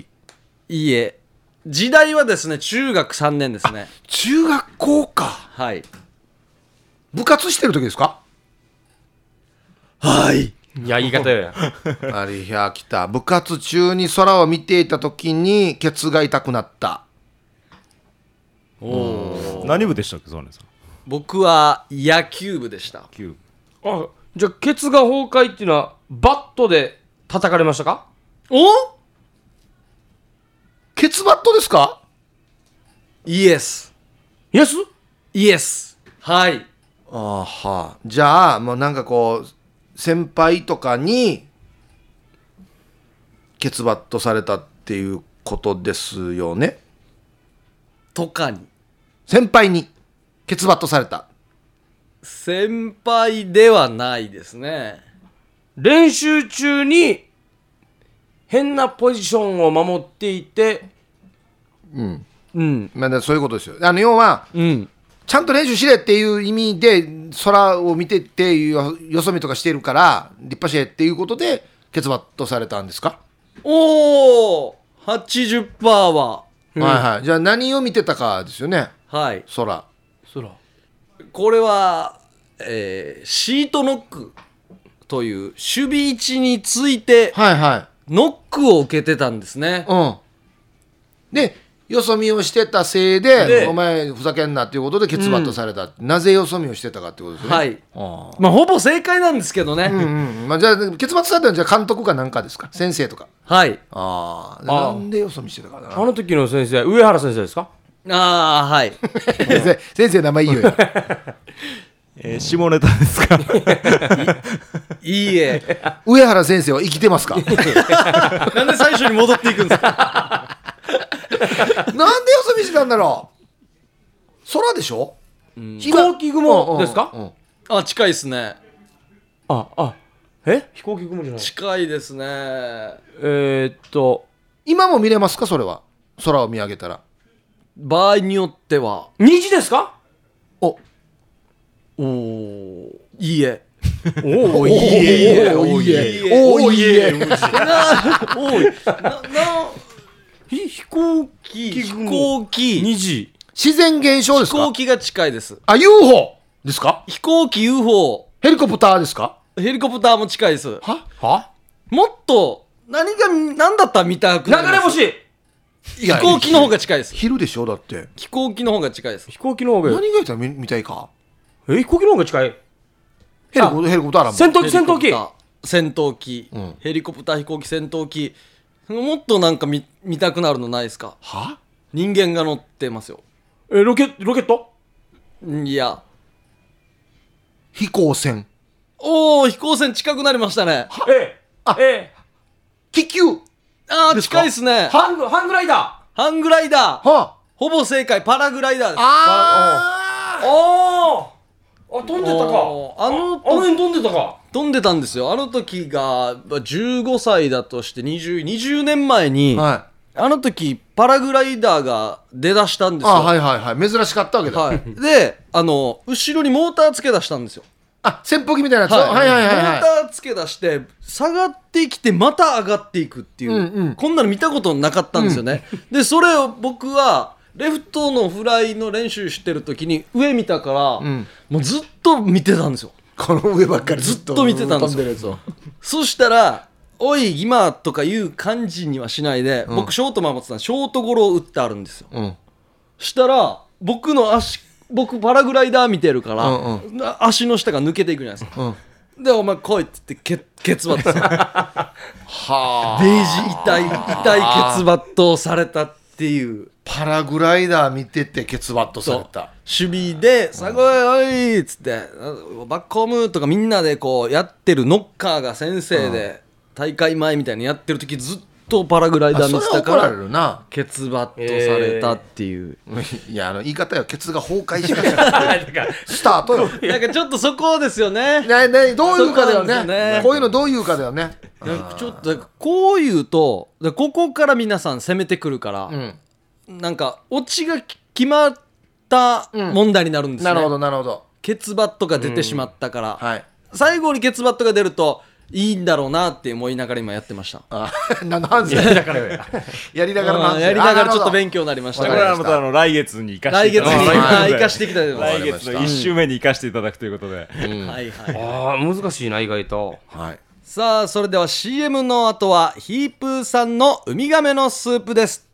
いいえ。時代はですね、中学3年ですね。
中学校か。
はい。
部活してる時ですか
はい。
いや言い方や
ありひゃ、来た。部活中に空を見ていた時に、ケツが痛くなった。
何部でしたっけ、そうなんですか。
僕は野球部でした。
九
あじゃあケツが崩壊っていうのはバットで叩かれましたか
お
ケツバットですか
イエス。
イエス
イエス。はい。
あーはーじゃあ、もうなんかこう、先輩とかに、ケツバットされたっていうことですよね。
とかに。
先輩に、ケツバットされた。
先輩ではないですね。
練習中に変なポジションを守っていて
うん。
まあ、だからそういうことですよ。あの、要は、
うん。
ちゃんと練習しれっていう意味で空を見てってよよそ見とかしてるから立派しれっていうことで結バットされたんですか、
おお !80% は。
はいはいじゃあ何を見てたかですよね
はい。
空
そら
これは、えーシートノックという守備位置について
はいは
ノックを受けてたんですね。
いうんでよそ見をしてたせいで
で
お前ふざけんなっていうことで結バットされた、なぜよそ見をしてたかってことですよね
はい。
ああ
まあ、ほぼ正解なんですけどね。
うんうんまあ、じゃあ結バットされたのはじゃあ監督かなんかですか先生とか
はい。
ああ
ああ
なんでよそ見してたかな
あの時の先生上原先生ですか
ああ、はい。
先生先生名前いいよ や
えー下ネタですか。
いいえ。
上原先生は生きてますかなんでよ
なんで最初に戻っていくんですか
そ見してたんだろう空でしょ飛
飛行機雲ですか、
あ、近いですね。
ああえ飛行機雲じゃない
近いですね。
えー、っと
今も見れますかそれは空を見上げたら
場合によっては、
虹ですか
お
おおいいえ。
おお
いえ
おいえ
お
おい
いえ
な、おい。な、な、
ひ飛行
飛
雲
行機。
虹
自然現象で
飛
すか
行機が近いです。
あ UFO ですか
飛行機 UFO、
ヘリコプターですか
ヘリコプターも近いです。
は
は
もっと、何が、何だったら見たく
流
なります
れ星
飛
飛行機の方が近いです。
昼でしょだって
飛行機の方が近いです。
飛行機の方が
何がいたら見見たいか
え飛行機の方が近い
ヘリコヘリコプターなん
戦闘機戦闘
ヘ
機
リコプター戦闘機、
ん
ヘリコプター、飛行機、戦闘機。もっとなんか見見たくなるのないですか
は
人間が乗ってますよ。
えロケロケット
いや。
飛行船
おー、飛行船近くなりましたね。
え
あ
ええ
気球は
あー、
ですか
近いですね。
ハングハングライダ
ハングライダー。
あ
ほぼ正解、パラグライダーです。
あ
ーおおあ飛んでたか
おーあの
あの辺飛んでたか
飛んでたんですよ。あの時が、まあ15歳だとして20、20年前に、
はい
あの時、パラグライダーが出だしたんですよ。
あはいはいはい珍しかったわけだ、
はい。で、あの、後ろにモーター付け出したんですよ。
あ扇風機みたいなやつ、はい、はいはいはいはい
モーター付け出して、下がってきて、また上がっていくっていう、
うんうん
こんなの見たことなかったんですよね。で、それを僕は、レフトのフライの練習してる時に上見たから、
ん
もうずっと見てたんですよ。
この上ばっかり
ずっと見てたんですよそしたら、おい、今とかいう感じにはしないで、僕、ショート守ってたんでショートゴロを打ってあるんですよ。
うん
したら、僕の足僕パラグライダー見てるから、
うん
な足の下が抜けていくじゃないですか、でお前来いって言ってケケツバットは あデイジー痛い痛いケツバットをされたっていう
パラグライダー見ててケツバットさ
そ
れ
う
た
守備で「さあこいおい!」っつって「バックホーム!」とかみんなでこうやってるノッカーが先生で大会前みたいにやってる時ずっとパラグライダ
あ
ー
そ
見
れ
て
は
た
怒
からら
れるな
ケツバットされたっていう、
いやあの言い方よケツが崩壊しま したスタートよ
なんかちょっとそこですよね
ななどういうかだよ
そうなんですよ
ね
ね
こういうのどういうかだよね
いやちょっとだからこういうとだからここから皆さん攻めてくるから、
うん
なんかオチがき決まった問題になるんですね、
なるほどなるほど
ケツバットが出てしまったから、
はい
最後にケツバットが出るといいんだろうなって思いながら今やってました
あ 何の反省やりながら やりながら
う
の反
ん
省
やりながらちょっと
強
勉強になりまし
こ
た
れ
わかりま
は
し
ま
た
たあの来月に生かし
来
てい
月
ただ
に
く
あー
ということ
生
で
かしていきたいと思います
来月の1週目に生かしていただくということで、
はいはい
ああ難しいな意外と
はい
さあそれでは CM の後はヒープーさんのウミガメのスープです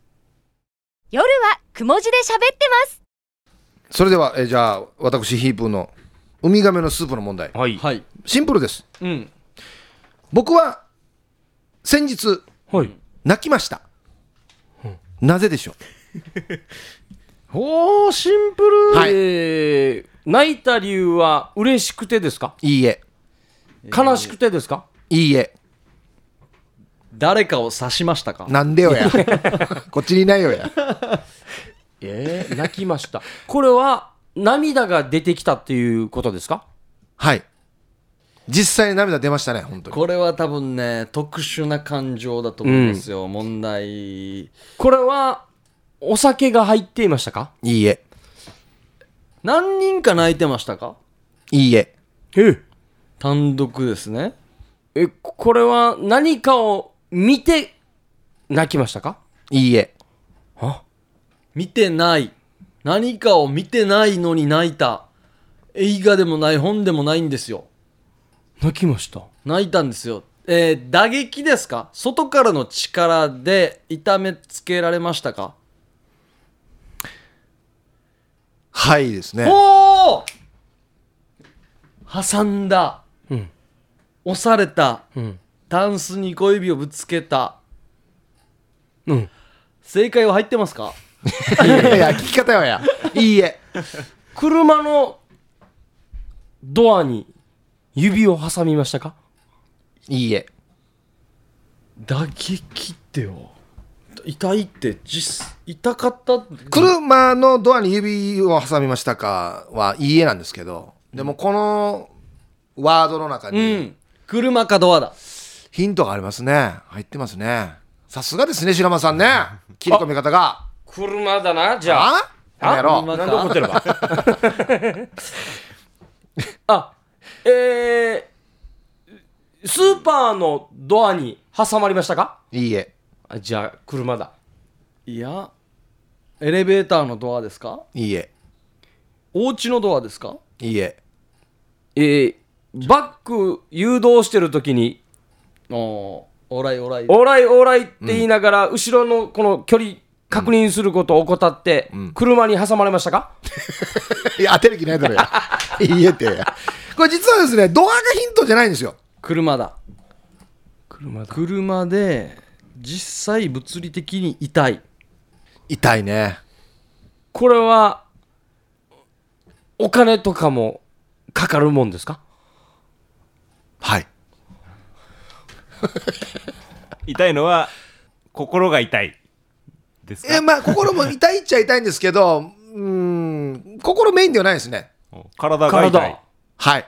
夜はくも字で喋ってます。
それではえーじゃあ私ヒープーのウミガメのスープの問題
はいはい
はい
シンプルです
うん
僕は先日泣きましたなぜでしょ
ほうシンプル
はい
えー泣いた理由は嬉しくてですか
ういいえ
悲しくてですか
いいえ
誰かを刺しましたか
なんでよ やこっちにいないよや
えー泣きましたこれは涙が出てきたっていうことですか
はい実際に涙出ましたね本当に
これは多分ね特殊な感情だと思うんですよ、問題
これはお酒が入っていましたか
いいえ
何人か泣いてましたか
いいえ
え
単独ですね
えこれは何かを見て泣きましたか
いいえ
見てない何かを見てないのに泣いた映画でもない本でもないんですよ
泣きました
泣いたんですよえー打撃ですか外からの力で痛めつけられましたか
はいですね
おお挟んだ、
ん
押された、
ん
タンスに小指をぶつけた
うん
正解は入ってますか
いやいや聞き方よやいいえ
車のドアに指を挟みましたか
いいえ
打撃ってよ痛いって実痛かった
車のドアに指を挟みましたかはいいえなんですけどでもこのワードの中
う
に
ん車かドアだ
ヒントがありますね入ってますねさすがですね白間さんね切り込み方が
車だなじあ
ああやろ
車
なんで怒ってるわ あえー、スーパーのドアに挟まりましたか
いいえ
あじゃあ車だ
いやエレベーターのドアですか
いいえ
お家のドアですか
いいえ
えー、バック誘導してる時に
おおオーライオーライ
オーライオーライって言いながら、後ろのこの距離確認することを怠って、車に挟まれましたか、
いや当てる気ないだ ろやいいえってこれ実はですねドアがヒントじゃないんですよ
車だ
車だ
車で実際物理的に痛い
痛いね
これはお金とかもかかるもんですか
はい
痛いのは心が痛いです
え
か
まあ心も痛いっちゃ痛いんですけどうーん心メインではないですね
体が痛い
体
はい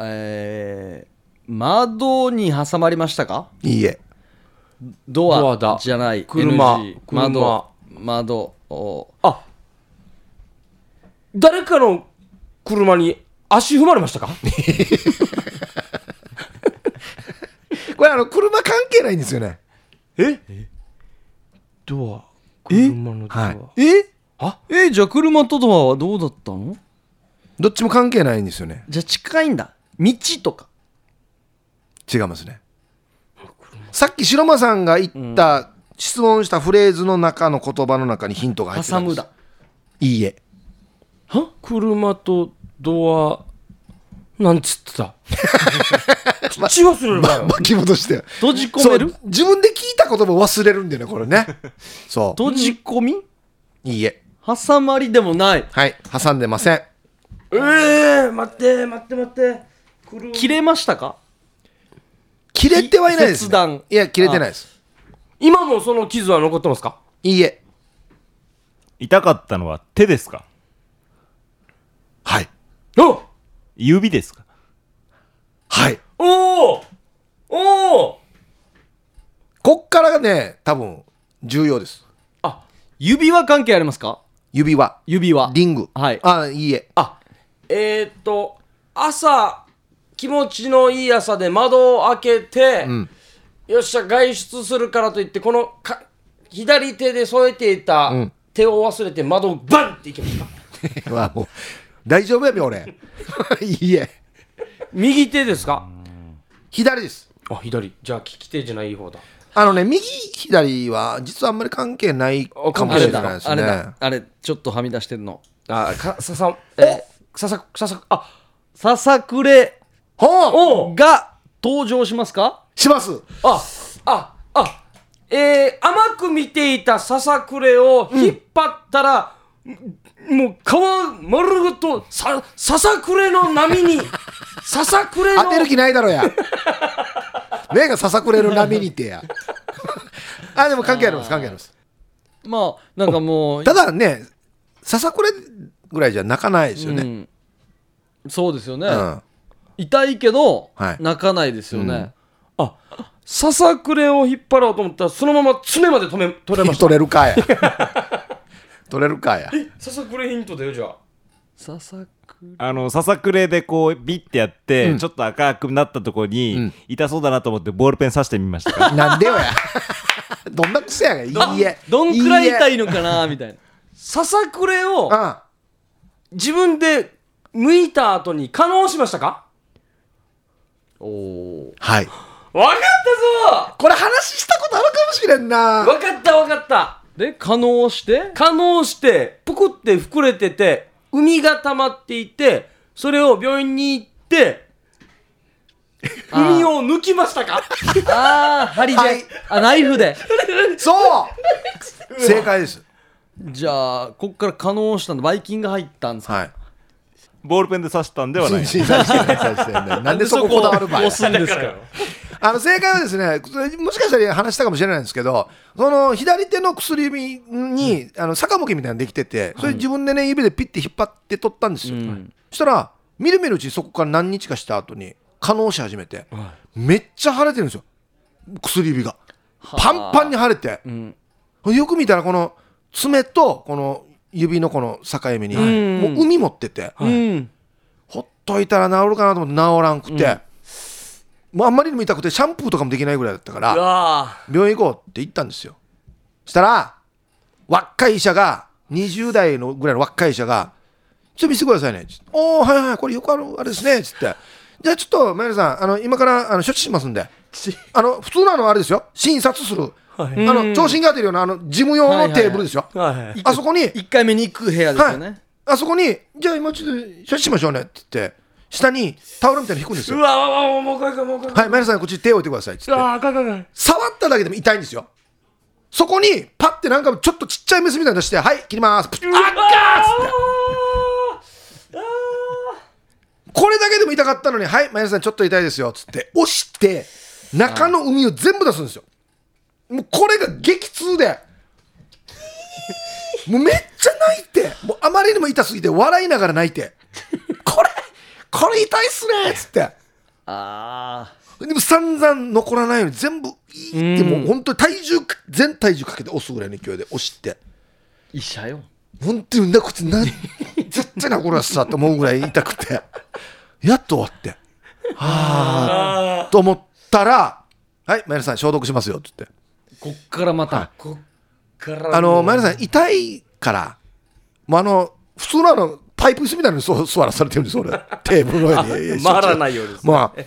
えー、窓に挟まりましたか
いいえ
ドア
ドアだ
じゃない
車
NG
車
窓窓お
あ誰かの車に足踏まれましたか
これあの車関係ないんですよね
えドア車のドア、
はい
え
あ
えじゃあ車とドアはどうだったの
どっちも関係ないんですよね
じゃあ近いんだ道とか
違いますねさっき白間さんが言った、質問したフレーズの中の言葉の中にヒントが入ってた
挟
んで
む
す
だ
いいえ
は車とドアなんつって た口忘れるわよ、
巻き戻して
閉じ込める
そう自分で聞いた言葉忘れるんだよねこれねそう
閉じ込み
いいえ
挟まりでもない
はい挟んでません
ええー、待って待って待って
切れましたか
切れてはいないです、
切断
ね、いや切れてないです
今もその傷は残ってますか
いいえ
痛かったのは手ですか
はい
お
指ですか
はい
おーおお
こっからがね多分重要です
あ指輪関係ありますか
指輪
指輪
リング
はい
あいいえ
あえー、っと朝気持ちのいい朝で窓を開けて、よっしゃ外出するからといってこのか左手で添えていた
ん
手を忘れて窓をバンっていきました、
はもう大丈夫やべ俺 いいえ
右手ですか
左です
あ左じゃあ利き手じゃない方だ
あのね右左は実はあんまり関係ない
あ
かも
あれ
しれない
だ
です
あれ
ね
だあれちょっとはみ出してるの
あかささえささささあ
ささくれ
ほう
おう
が登場しますか
します
あああえー、甘く見ていたささくれを引っ張ったら、もう皮丸ごとさささくれの波 にささくれの
当てる気ないだろや目がささくれる波にてや あでも関係あります関係あります
まあなんかもう
ただねささくれぐらいじゃ泣かないですよね
うんそうですよね、
うん
痛いけど、
はい
泣かないですよね、
ささくれを引っ張ろうと思ったらそのまま爪まで止め取れました
取れるかや取れるかや
ささくれヒントだよじゃあ
ささく
あのささくれでこうビッてやって、ちょっと赤くなったところに、痛そうだなと思ってボールペン刺してみま したか
なんでよやどんな癖やがいいえ
どんくらい痛
いえ
いのかなみたいな
ささくれを
うん
自分で剥いた後に可能しましたか
はい
わかったぞ
これ話したことあるかもしれんな
わかったわかった
で可能して
可能してぷくって膨れてて海が溜まっていてそれを病院に行って海を抜きましたか
ああ針で、
はい
あナイフで
そう正解です
じゃあこっから可能したのバイキンが入ったんですか
はい
ボールペンで刺したんで はない
審査してんねん審査してんねんなんでそここだわるばい
押すんですか
あの正解はですね、それもしかしたら話したかもしれないんですけど、その左手の薬指に、あの坂向きみたいなのできてて、それ自分でね、指でピッて引っ張って取ったんですよ。そしたら、みるみるうちそこから何日かした後に、可能し始めて、めっちゃ腫れてるんですよ、薬指が。パンパンに腫れて。よく見たら、この爪とこの指のこの境目に、もう海持ってて、
うん
ほっといたら治るかなと思って治らんくて、もうあんまりにも痛くてシャンプーとかもできないぐらいだったから
あ
病院行こうって言ったんですよしたら若い医者が20代のぐらいの若い医者が「ちょっと見せてくださいね」つっておおはいはいこれよくあるあれですね」つって「じゃあちょっとマリさんあの今からあの処置しますん で」あの普通なのはあれですよ診察する、あの聴診が当てるようなあの事務用のテーブルですよ、
あはい
あそこに
1回目に行く部屋ですよね、
はい、あそこにじゃあ今ちょっと処置しましょうねって言って下にタオルみたいに引くんです
う
よ
わわわわもう一回もう一回
はい皆さんこっちに手を置いてくださいって
う
言って
わあかんあかんあかん
触っただけでも痛いんですよそこにパッてなんかちょっとちっちゃいメスみたいなの出してはい切りますプチ
あっか
これだけでも痛かったのにはい皆さんちょっと痛いですよっつって押して中の海を全部出すんですよもうこれが激痛でもうめっちゃ泣いてもうあまりにも痛すぎて笑いながら泣いてこれこれ痛いっすねっつって
あ
でも散々残らないように全部いいって
うん
もう本当に体重か全体重かけて押すぐらいの勢いで押して
あ医者よ
本当にんだこいつな絶対なこれはさと思うぐらい痛くてやっと終わってはあと思ったら「はい前田さん消毒しますよ」っつって
こっからまた、
こっから
あの前田さん痛いからもうあの普通のあのパイプ椅子みたいなのにそう座らされてるんで す俺テーブルの上にいやいや
回らないようにですね
まあ、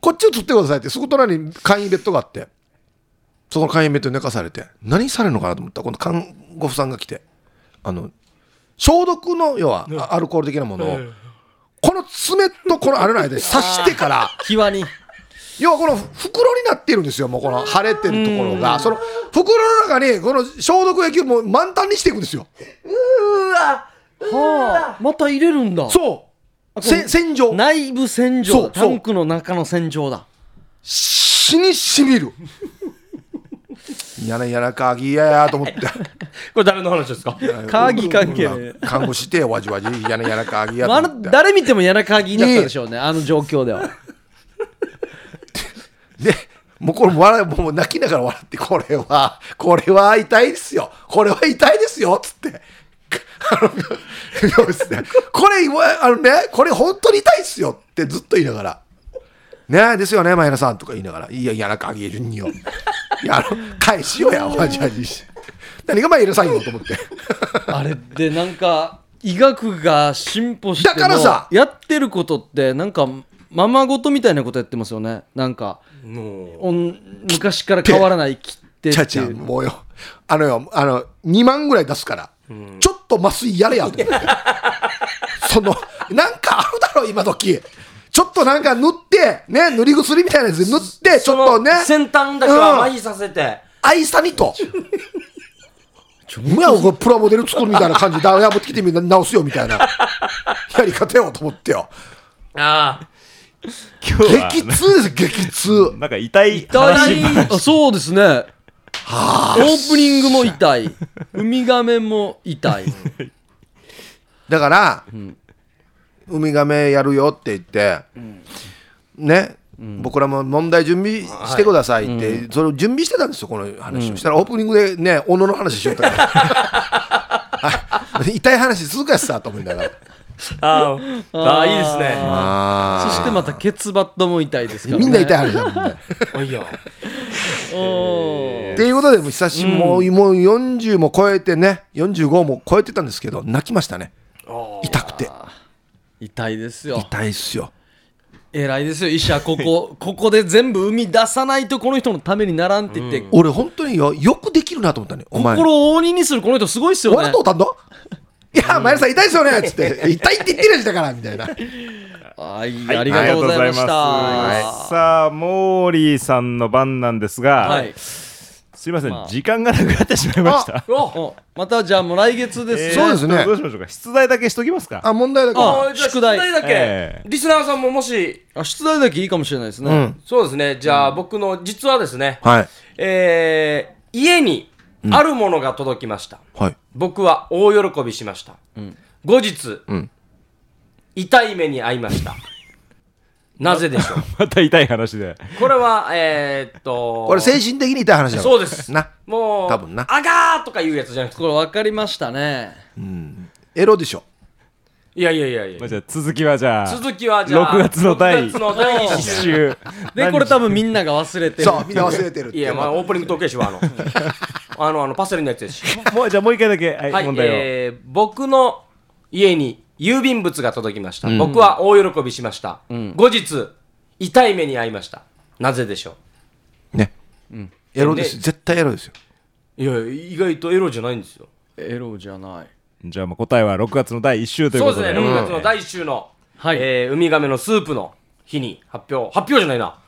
こっちを取ってくださいって、そこ隣に簡易ベッドがあって、その簡易ベッドに寝かされて、何されるのかなと思ったら、今度看護婦さんが来て、あの、消毒の要はあアルコール的なものを、この爪とこのあれの間で刺してから
際に
要はこの袋になってるんですよもうこの腫れてるところがその袋の中にこの消毒液をもう満タンにしていくんですよ
はあまた入れるんだ
そうせ洗浄
内部洗
そ
浄
う
タンクの中の洗浄だ
死にしみる嫌な嫌な鍵嫌やと思って
これ誰の話ですか
鍵関係ない
看護師ってわじわじ嫌な嫌な鍵やと
まあ、あ
思っ
の
て
誰見ても柳鍵だったでしょうね、あの状況では。
でもうこれ笑いもう泣きながら笑ってこれはこれは痛いですよこれは痛いですよっつってあのそうですねこれあのねこれ本当に痛いっすよってずっと言いながら。ねですよね、前田さんとか言いながら、いや、嫌なかげるによ。いや、あの、返しようや、わじわじして。何が前田さんよと思って。
あれってなんか、医学が進歩しても
だからさ
やってることって、なんか、ままごとみたいなことやってますよね。なんか、おん昔から変わらない切ってっ
ち
て
ゃちゃ、
いう。
もうよ、あのよ、あの、2万ぐらい出すから、ちょっと麻酔やれやと思 って。その、なんかあるだろ、今時。ちょっとなんか塗って、ね、塗り薬みたいなやつで塗って、ちょっとね、
先端だけは麻痺させて。
愛さに と。お前はこれプラモデル作るみたいな感じで、ダウ破ってきてみんな直すよみたいなやり方よと思って よ。
ああ。
今日は
激痛です、激痛。
なんか痛い
痛
話
いあそうですね。オープニングも痛い。ウミガメも痛い。
だから、ウミガメやるよって言って、ね、僕らも問題準備してくださいって、それを準備してたんですよ、この話を。したらオープニングでね、小野の話しよった から。あ痛い話続かしさと思いながら。
ああああ、いいですね。
そしてまたケツバットも痛いですから、ね。
みんな痛い話だもんね。
おい よ。
おー
っていうことでもう久しぶり、もうもう40も超えてね45も超えてたんですけど泣きましたね痛くて
痛いですよ。
痛いっすよ
偉いですよ医者ここここで全部生み出さないとこの人のためにならんって言って、
俺本当によよくできるなと思ったねお前
心を鬼にするこの人すごいっすよ
笑
ね
っとったんだいや前田さん痛いっすよねっつって 痛いって言ってるやつだからみたいな
はい、
はい
ありがとうございました
ありがとうございますさあモーリーさんの番なんですが、
はい
すいません、
まあ
時間がなくなってしまいました
お
おまたじゃあもう来月です、
えー
そうですね
どうしましょうか出題だけしときますか
あ問題だか
あ
あじゃあ
宿題
だ
え
け。
え
リスナーさんももし、
あ出題だけいいかもしれないですね、
らうん
そうですね。じゃあ僕の、実はですね、
はい
えー家にあるものが届きました。
はい
僕は大喜びしました。後日、
ん
痛い目に遭いました。なぜでしょう
また痛い話で
これは、えーっと、
これ精神的に痛い話だ
そうです。
な
もう、
多分な
あがーとか言うやつじゃなくて、
これ分かりましたね
エロでしょ
いやいやいやいや
まあ。じゃあ続きはじゃあ
続きはじゃあ、
6月の第
6月の第一
一
週。
週
でこれ多分みんなが忘れてる
そうみんな忘れてるって
いや、まあ、オープニング時計しは、あの、あの、あのパセリのやつですし。
もうじゃあもう一回だけ、はい
はい、
問題を、
えー、僕の家に郵便物が届きました。僕は大喜びしました。後日、痛い目に遭いました。なぜでしょ
ねエロです
ね
絶対エロですよ
ういや、意外とエロじゃないんですよ。
エロじゃない
じゃあまあ答えは6月の第1週という
そ
こ
う
と
で
です
ね、6月の第一週の、
はい
えーウミガメのスープの日に発表、発表じゃないな。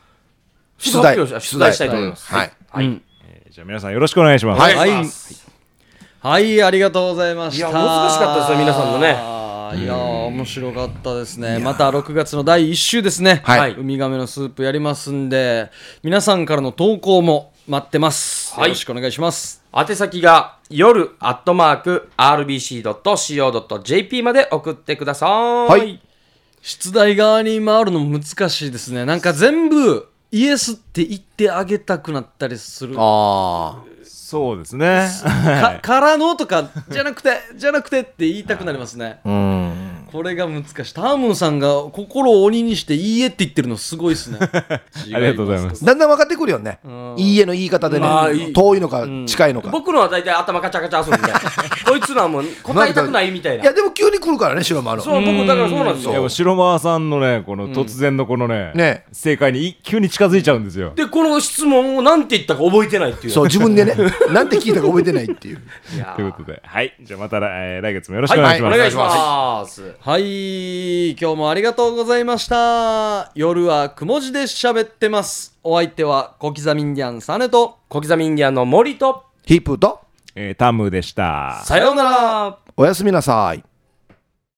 出題
発表し出題したいと思います。
うんはい
はい。
じゃあ皆さんよろしくお願いします、
はい
お願いします
はいありがとうございました
いや難しかったですよ皆さんのね
あーいやー面白かったですねまた6月の第1週ですね
はい。
ウミガメのスープやりますんで皆さんからの投稿も待ってます、
はい
よろしくお願いします
宛先が夜アットマーク RBC.CO.JP まで送ってください。はい
出題側に回るのも難しいですねなんか全部イエスって言ってあげたくなったりするか
ああ
そうですね
からのとかじゃなくてじゃなくてって言いたくなりますね
うん
これが難しいタームンさんが心を鬼にして「いいえ」って言ってるのすごいっす ねあ
ありがとうございます
だんだん分かってくるよね
ん
いいえの言い方で
まあい
ね
い
遠いのか近いのか
僕のは大体頭カチャカチャ遊んで こいつのはもう答えたくないみたい
い
な
やでも急に来るからね白丸
そう僕だからそうなんです
いやも
よ
う白間さんのねこの突然のこのね,、
ね
正解に一急に近づいちゃうんですよ
でこの質問をなんて言ったか覚えてないっていう
そう自分でねなんて聞いたか覚えてないっ ていう
いやー
ということではいじゃあまた来、えー来月もよろしくお願いします、
お願いします
はい今日もありがとうございました夜はくも字で喋ってますお相手は小刻みインディアンサネと
小刻みインディアンの森と
ヒップーと
えータムでした
さようなら
おやすみなさい